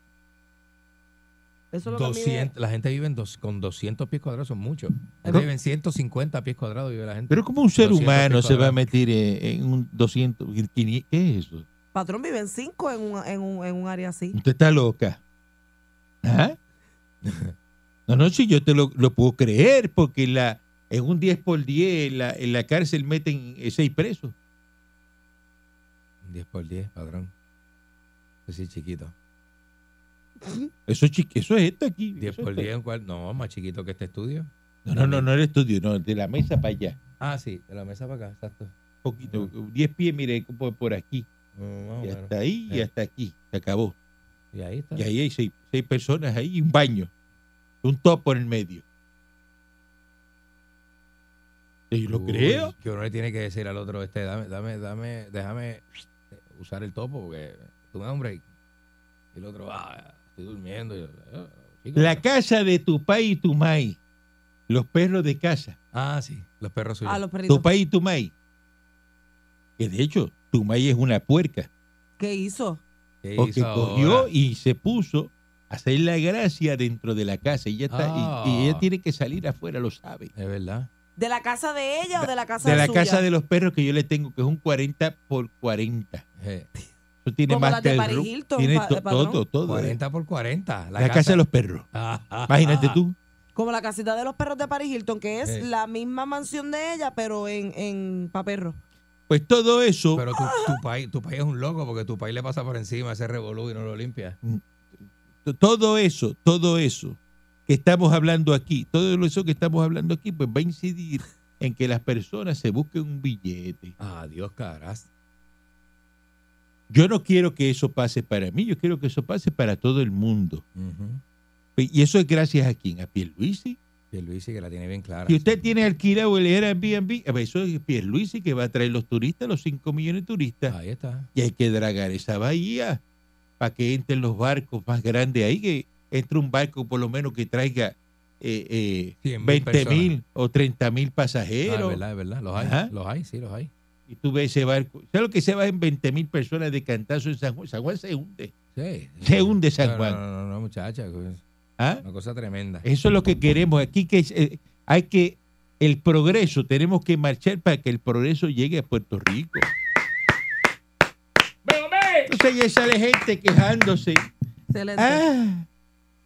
Speaker 5: Eso es lo que a mí me-
Speaker 4: 200, la gente vive en dos, con 200 pies cuadrados, son muchos. La
Speaker 3: Pero-
Speaker 4: gente vive en 150 pies cuadrados, vive la gente.
Speaker 3: Pero como un ser
Speaker 4: 200
Speaker 3: humano se va a
Speaker 4: cuadrados.
Speaker 3: meter en, en un 200, 500, ¿qué es eso?
Speaker 5: Patrón, viven cinco en un, en un, en un área así.
Speaker 3: Usted está loca. ¿Ah? No, no, si yo te lo, lo puedo creer, porque la, en un 10 por 10 en la, en la cárcel meten 6 presos.
Speaker 4: 10 por 10, patrón. Eso sí, es chiquito.
Speaker 3: Eso, es chiqui- eso es esto aquí.
Speaker 4: 10
Speaker 3: eso
Speaker 4: por
Speaker 3: está-
Speaker 4: 10, un cual- no, más chiquito que este estudio.
Speaker 3: No, no, no, no el estudio, no, de la mesa para allá.
Speaker 4: Ah, sí, de la mesa para acá, exacto.
Speaker 3: Un poquito, 10 pies, mire, por, por aquí.
Speaker 4: Mm, más o
Speaker 3: Y
Speaker 4: menos.
Speaker 3: hasta ahí y
Speaker 4: Ya.
Speaker 3: hasta aquí. Se acabó.
Speaker 4: Y ahí está.
Speaker 3: Y ahí hay seis, seis personas ahí y un baño. Un topo en el medio. Y Yo lo
Speaker 4: Uy,
Speaker 3: creo.
Speaker 4: Que uno le tiene que decir al otro, este, dame, dame, dame, déjame eh, usar el topo, porque tú me das un break. Y el otro, ah, estoy durmiendo. Y yo, "Ah, chico".
Speaker 3: La casa de tu pai y tu mai. Los perros de casa.
Speaker 4: Ah, sí, los perros suyos.
Speaker 5: A los perritos.
Speaker 3: Tu pai y tu mai. Que de hecho, tu mai es una puerca.
Speaker 5: ¿Qué hizo?
Speaker 4: ¿Qué
Speaker 3: Porque
Speaker 4: hizo
Speaker 3: cogió
Speaker 4: ahora?
Speaker 3: y se puso a hacer la gracia dentro de la casa. Y ya está. y-
Speaker 4: Ah.
Speaker 3: Y, ella tiene que salir afuera, lo sabe.
Speaker 4: Es verdad.
Speaker 5: ¿De la casa de ella o de la casa
Speaker 3: De la
Speaker 5: suya?
Speaker 3: casa de los perros que yo le tengo, que es un 40 por 40.
Speaker 4: Eh,
Speaker 3: Eso tiene
Speaker 5: Como
Speaker 3: más
Speaker 5: las
Speaker 3: que
Speaker 5: de
Speaker 3: el
Speaker 5: Paris
Speaker 3: ru-
Speaker 5: Hilton,
Speaker 3: Tiene
Speaker 5: pa-
Speaker 3: to-
Speaker 5: patrón.
Speaker 3: todo, todo. eh.
Speaker 4: 40 por 40.
Speaker 3: La, casa Ah, de los perros. Imagínate tú.
Speaker 5: Como la casita de los perros de Paris Hilton, que es
Speaker 4: Eh.
Speaker 5: la misma mansión de ella, pero en, en pa' perros.
Speaker 3: Pues todo eso.
Speaker 4: Pero tu, tu, país, tu país es un loco porque tu país le pasa por encima ese revolú y no lo limpia.
Speaker 3: T- todo eso, todo eso que estamos hablando aquí, todo eso que estamos hablando aquí, pues va a incidir en que las personas se busquen un billete.
Speaker 4: Adiós, caras.
Speaker 3: Yo no quiero que eso pase para mí, yo quiero que eso pase para todo el mundo. Y eso es gracias a quién, a Pierluisi.
Speaker 4: Y el Luis que la tiene bien clara.
Speaker 3: Si usted tiene alquilado el Airbnb, a ver, eso es Pierluisi que va a traer los turistas, los 5 millones de turistas,
Speaker 4: Ahí está. Ah,
Speaker 3: y hay que dragar esa bahía para que entren los barcos más grandes ahí, que entre un barco por lo menos que traiga... eh, eh,
Speaker 4: 100.000
Speaker 3: 20
Speaker 4: personas.
Speaker 3: mil o 30 mil
Speaker 4: Ah, es
Speaker 3: pasajeros.
Speaker 4: verdad, es verdad. Los hay.
Speaker 3: Ajá.
Speaker 4: Los hay, sí, los hay.
Speaker 3: y tú ves ese barco. ¿Sabes lo que se va en 20 mil personas de cantazo en San Juan? San Juan se hunde.
Speaker 4: Sí.
Speaker 3: Se hunde San
Speaker 4: No,
Speaker 3: Juan.
Speaker 4: No, no, no, no, muchacha. Una
Speaker 3: ¿ah?
Speaker 4: cosa tremenda.
Speaker 3: Eso es lo que queremos aquí, que es, eh, hay que, el progreso, tenemos que marchar para que el progreso llegue a Puerto Rico. Entonces ya sale gente quejándose.
Speaker 5: Excelente.
Speaker 3: Ah,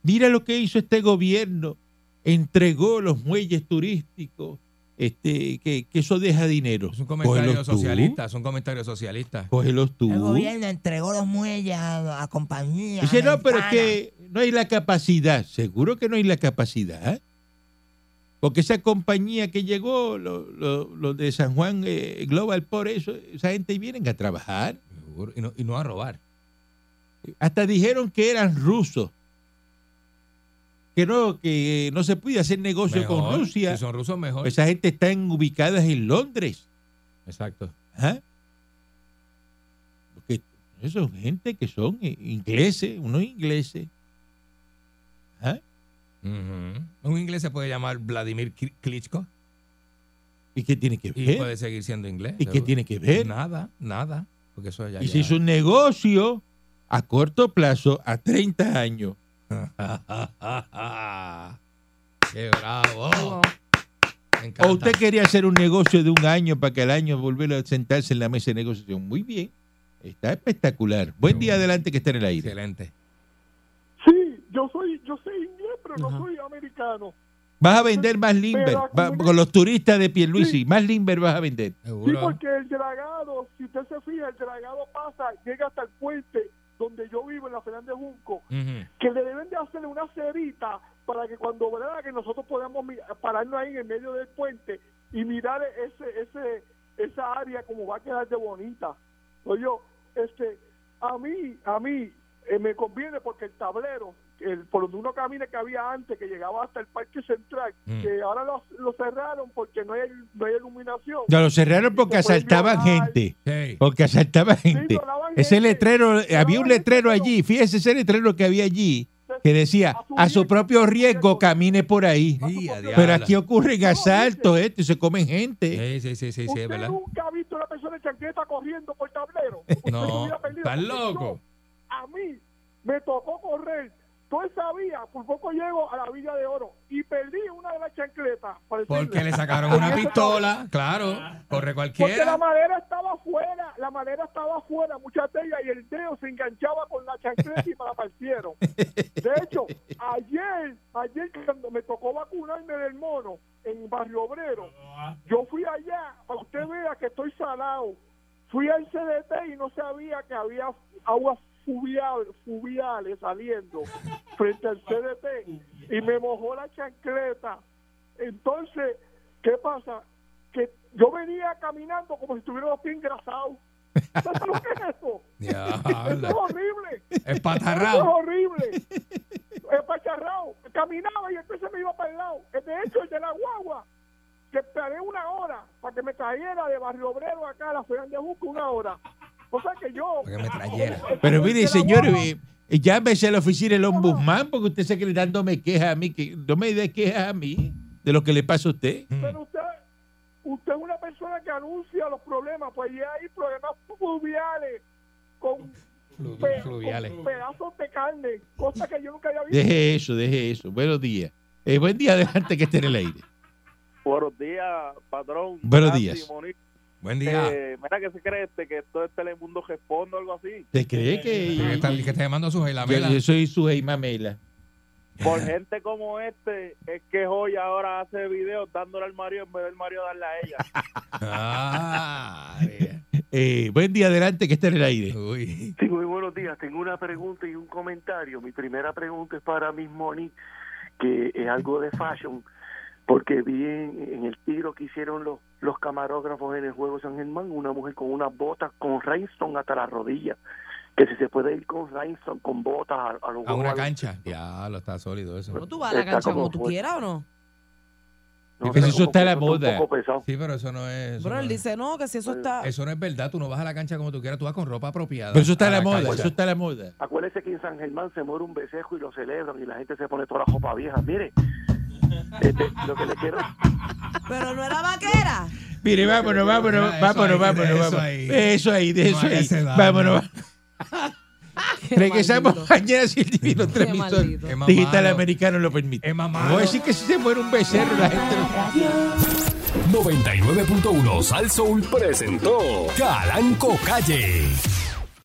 Speaker 3: mira lo que hizo este gobierno. Entregó los muelles turísticos. Este, que, que eso deja dinero.
Speaker 4: Es un comentario
Speaker 3: Cógelos tú,
Speaker 4: socialista. Es un comentario socialista.
Speaker 3: Cógelos tú.
Speaker 6: El gobierno entregó los muelles a, a compañías.
Speaker 3: Dice, no, pero es
Speaker 6: americanas.
Speaker 3: que no hay la capacidad. Seguro que no hay la capacidad. Porque esa compañía que llegó, los de San Juan eh, Global, por eso, esa gente vienen a trabajar.
Speaker 4: Seguro. Y no, y no a robar.
Speaker 3: Hasta dijeron que eran rusos. Que no, que no se puede hacer negocio con
Speaker 4: Mejor.
Speaker 3: Rusia.
Speaker 4: Si son rusos, mejor.
Speaker 3: Esa gente está en- ubicadas en Londres.
Speaker 4: Exacto.
Speaker 3: ¿Ah? Porque eso son gente que son eh, ingleses, unos ingleses. ¿Ah?
Speaker 4: Ujú. Un inglés se puede llamar Vladimir Kri- Klitschko.
Speaker 3: ¿Y qué tiene que
Speaker 4: Y
Speaker 3: ver?
Speaker 4: puede seguir siendo inglés.
Speaker 3: ¿Eh? ¿Y qué tiene que ver?
Speaker 4: Nada, nada. Porque eso ya.
Speaker 3: y
Speaker 4: ya-
Speaker 3: se hizo un negocio a corto plazo, a 30 años.
Speaker 4: ¡Qué bravo! Me encanta.
Speaker 3: O usted quería hacer un negocio de un año para que al año volver a sentarse en la mesa de negociación. Muy bien. Está espectacular. Buen día adelante que está en el aire.
Speaker 4: Excelente.
Speaker 6: Sí, yo soy, yo soy inglés, pero no
Speaker 5: Ajá.
Speaker 6: soy americano.
Speaker 3: Vas a vender más Limber.
Speaker 6: Pero
Speaker 3: Va-
Speaker 6: como-
Speaker 3: con los turistas de Pierluisi. Más Limber vas a vender.
Speaker 6: Sí,
Speaker 4: Seguro.
Speaker 6: porque el dragado, si usted se fija, el dragado pasa, llega hasta el puente donde yo vivo, en la Fernández Junco,
Speaker 4: Ujú.
Speaker 6: que le deben de hacerle una cerita para que cuando verdad que nosotros podamos mi- pararnos ahí en el medio del puente y mirar ese, ese, esa área como va a quedar de bonita. Oye, este, a mí, a mí eh, me conviene porque el tablero, el, por donde uno camina que había antes, que llegaba hasta el parque central,
Speaker 4: Mm.
Speaker 6: que ahora lo, lo cerraron porque no hay, no hay iluminación.
Speaker 3: No, lo cerraron porque
Speaker 6: Se fue
Speaker 3: asaltaban
Speaker 6: violado.
Speaker 3: gente.
Speaker 4: Sí.
Speaker 3: Porque asaltaba gente.
Speaker 6: violaban
Speaker 3: Ese
Speaker 6: gente.
Speaker 3: letrero, había un
Speaker 6: gente,
Speaker 3: letrero
Speaker 6: pero-
Speaker 3: allí. Fíjese ese letrero que había allí que decía,
Speaker 6: A su
Speaker 3: a su
Speaker 6: riesgo,
Speaker 3: propio
Speaker 6: a su
Speaker 3: riesgo
Speaker 6: riesgo".
Speaker 3: camine por ahí.
Speaker 4: Sí, a
Speaker 3: Pero
Speaker 4: diabla.
Speaker 3: aquí ocurren asaltos, esto, este, y se comen gente.
Speaker 4: Sí, sí, sí, sí, sí,
Speaker 6: ¿Usted
Speaker 4: es verdad.
Speaker 6: nunca ha visto una persona en chancleta corriendo por tablero?
Speaker 4: No,
Speaker 6: Usted se hubiera perdido,
Speaker 4: ¿estás
Speaker 6: porque
Speaker 4: loco?
Speaker 6: yo, a mí me tocó correr toda esa vía, por poco llego a la Villa de Oro y perdí una de las chancletas. para
Speaker 4: Porque
Speaker 6: decirle.
Speaker 4: le sacaron una pistola, claro. Corre
Speaker 6: Porque la
Speaker 4: cualquiera.
Speaker 6: madera estaba afuera, la madera estaba afuera, mucha tela, y el dedo se enganchaba con la chancleta y me la partieron. De hecho, ayer, ayer cuando me tocó vacunarme del mono en Barrio Obrero, yo fui allá, para que usted vea que estoy salado. Fui al CDT y no sabía que había aguas fluvial- fluviales saliendo frente al CDT y me mojó la chancleta. Entonces, ¿qué pasa? Que yo venía caminando como si tuviera los pies engrasados. ¿Sabes lo que es eso? Eso
Speaker 4: Diabla.
Speaker 6: es horrible.
Speaker 4: Es
Speaker 6: Eso es
Speaker 4: patarrao.
Speaker 6: horrible. Espacharrado. Caminaba y entonces me iba para el lado. De hecho, el de la guagua, que esperé una hora para que me trajera de Barrio Obrero acá a la Fernández Busca, una hora. O sea que yo.
Speaker 4: Para que me trayera.
Speaker 3: Pero
Speaker 6: El de
Speaker 3: mire,
Speaker 6: la
Speaker 3: señor,
Speaker 6: guagua,
Speaker 3: eh, eh, llámese a la oficina del ombudsman porque usted se que le dándome quejas a mí. Que, no me dé quejas a mí de lo que le pasa a usted.
Speaker 6: Pero usted, usted es una persona que anuncia los problemas, pues ya hay problemas fluviales con,
Speaker 4: Flu-
Speaker 6: pe-
Speaker 4: Fluviales.
Speaker 6: con pedazos de carne, cosa que yo nunca había visto.
Speaker 3: Deje eso, deje eso. Buenos días. Eh, buen día adelante que esté en el aire.
Speaker 8: Buenos días, patrón.
Speaker 3: Buenos
Speaker 8: Sandy,
Speaker 3: días.
Speaker 8: Monique.
Speaker 4: Buen día.
Speaker 8: Eh, mira, que se cree este? Que esto es Telemundo Responde o algo así.
Speaker 3: ¿Te cree
Speaker 4: Sí, Este Que está, que
Speaker 3: que
Speaker 4: está llamando a su
Speaker 3: yo,
Speaker 4: gelamela.
Speaker 3: yo soy su Mamela?
Speaker 8: Por gente como este, es que hoy ahora hace videos dándole al Mario en vez del Mario darle a ella.
Speaker 4: Ah,
Speaker 3: Eh, buen día adelante que esté en el aire.
Speaker 4: uy.
Speaker 8: Sí, muy buenos días. Tengo una pregunta y un comentario. Mi primera pregunta es para Miss Moni, que es algo de fashion, porque vi en, en el tiro que hicieron los, los camarógrafos en el juego San Germán una mujer con unas botas con rhinestone hasta la rodilla. Que si se puede ir con rhinestone, con botas a, a los
Speaker 4: A una
Speaker 8: juegos,
Speaker 4: cancha. Diablo, está sólido eso.
Speaker 5: ¿No tú vas a la
Speaker 8: Está
Speaker 5: cancha
Speaker 8: como
Speaker 5: como tú
Speaker 8: fuerte.
Speaker 5: quieras o no?
Speaker 8: no
Speaker 3: Eso
Speaker 8: sé,
Speaker 3: está
Speaker 8: como que
Speaker 3: a
Speaker 8: eso
Speaker 3: la
Speaker 8: está un
Speaker 3: moda.
Speaker 8: poco pesado.
Speaker 4: Sí, pero eso no es. Eso,
Speaker 5: Bro, él
Speaker 4: no, es
Speaker 5: dice no, que si eso está...
Speaker 4: eso no es verdad. Tú no vas a la cancha como tú quieras, tú vas con ropa apropiada.
Speaker 3: Pero eso está a la, moda,
Speaker 4: cancha.
Speaker 3: eso está a la moda.
Speaker 8: Acuérdese que en San Germán se muere un besejo y lo celebran y la gente se pone toda la ropa vieja. Mire, este, lo que le quiero...
Speaker 5: Pero no era vaquera.
Speaker 3: Mire, vámonos, vámonos,
Speaker 4: Deja eso
Speaker 3: vámonos,
Speaker 4: ahí,
Speaker 3: vámonos,
Speaker 4: deja eso
Speaker 3: vámonos.
Speaker 4: ahí.
Speaker 3: De Eso ahí, de
Speaker 4: No
Speaker 3: eso
Speaker 4: haga
Speaker 3: ahí.
Speaker 4: ese daño.
Speaker 3: Vámonos. Regresamos
Speaker 5: maldito.
Speaker 3: mañana si el divino
Speaker 5: Qué
Speaker 3: transmisor
Speaker 5: maldito.
Speaker 4: Es mamado.
Speaker 3: digital americano lo permite.
Speaker 4: Es mamado.
Speaker 3: Voy a decir que si se muere un becerro la gente lo...
Speaker 1: 99.1 Sal Soul presentó Calanco Calle.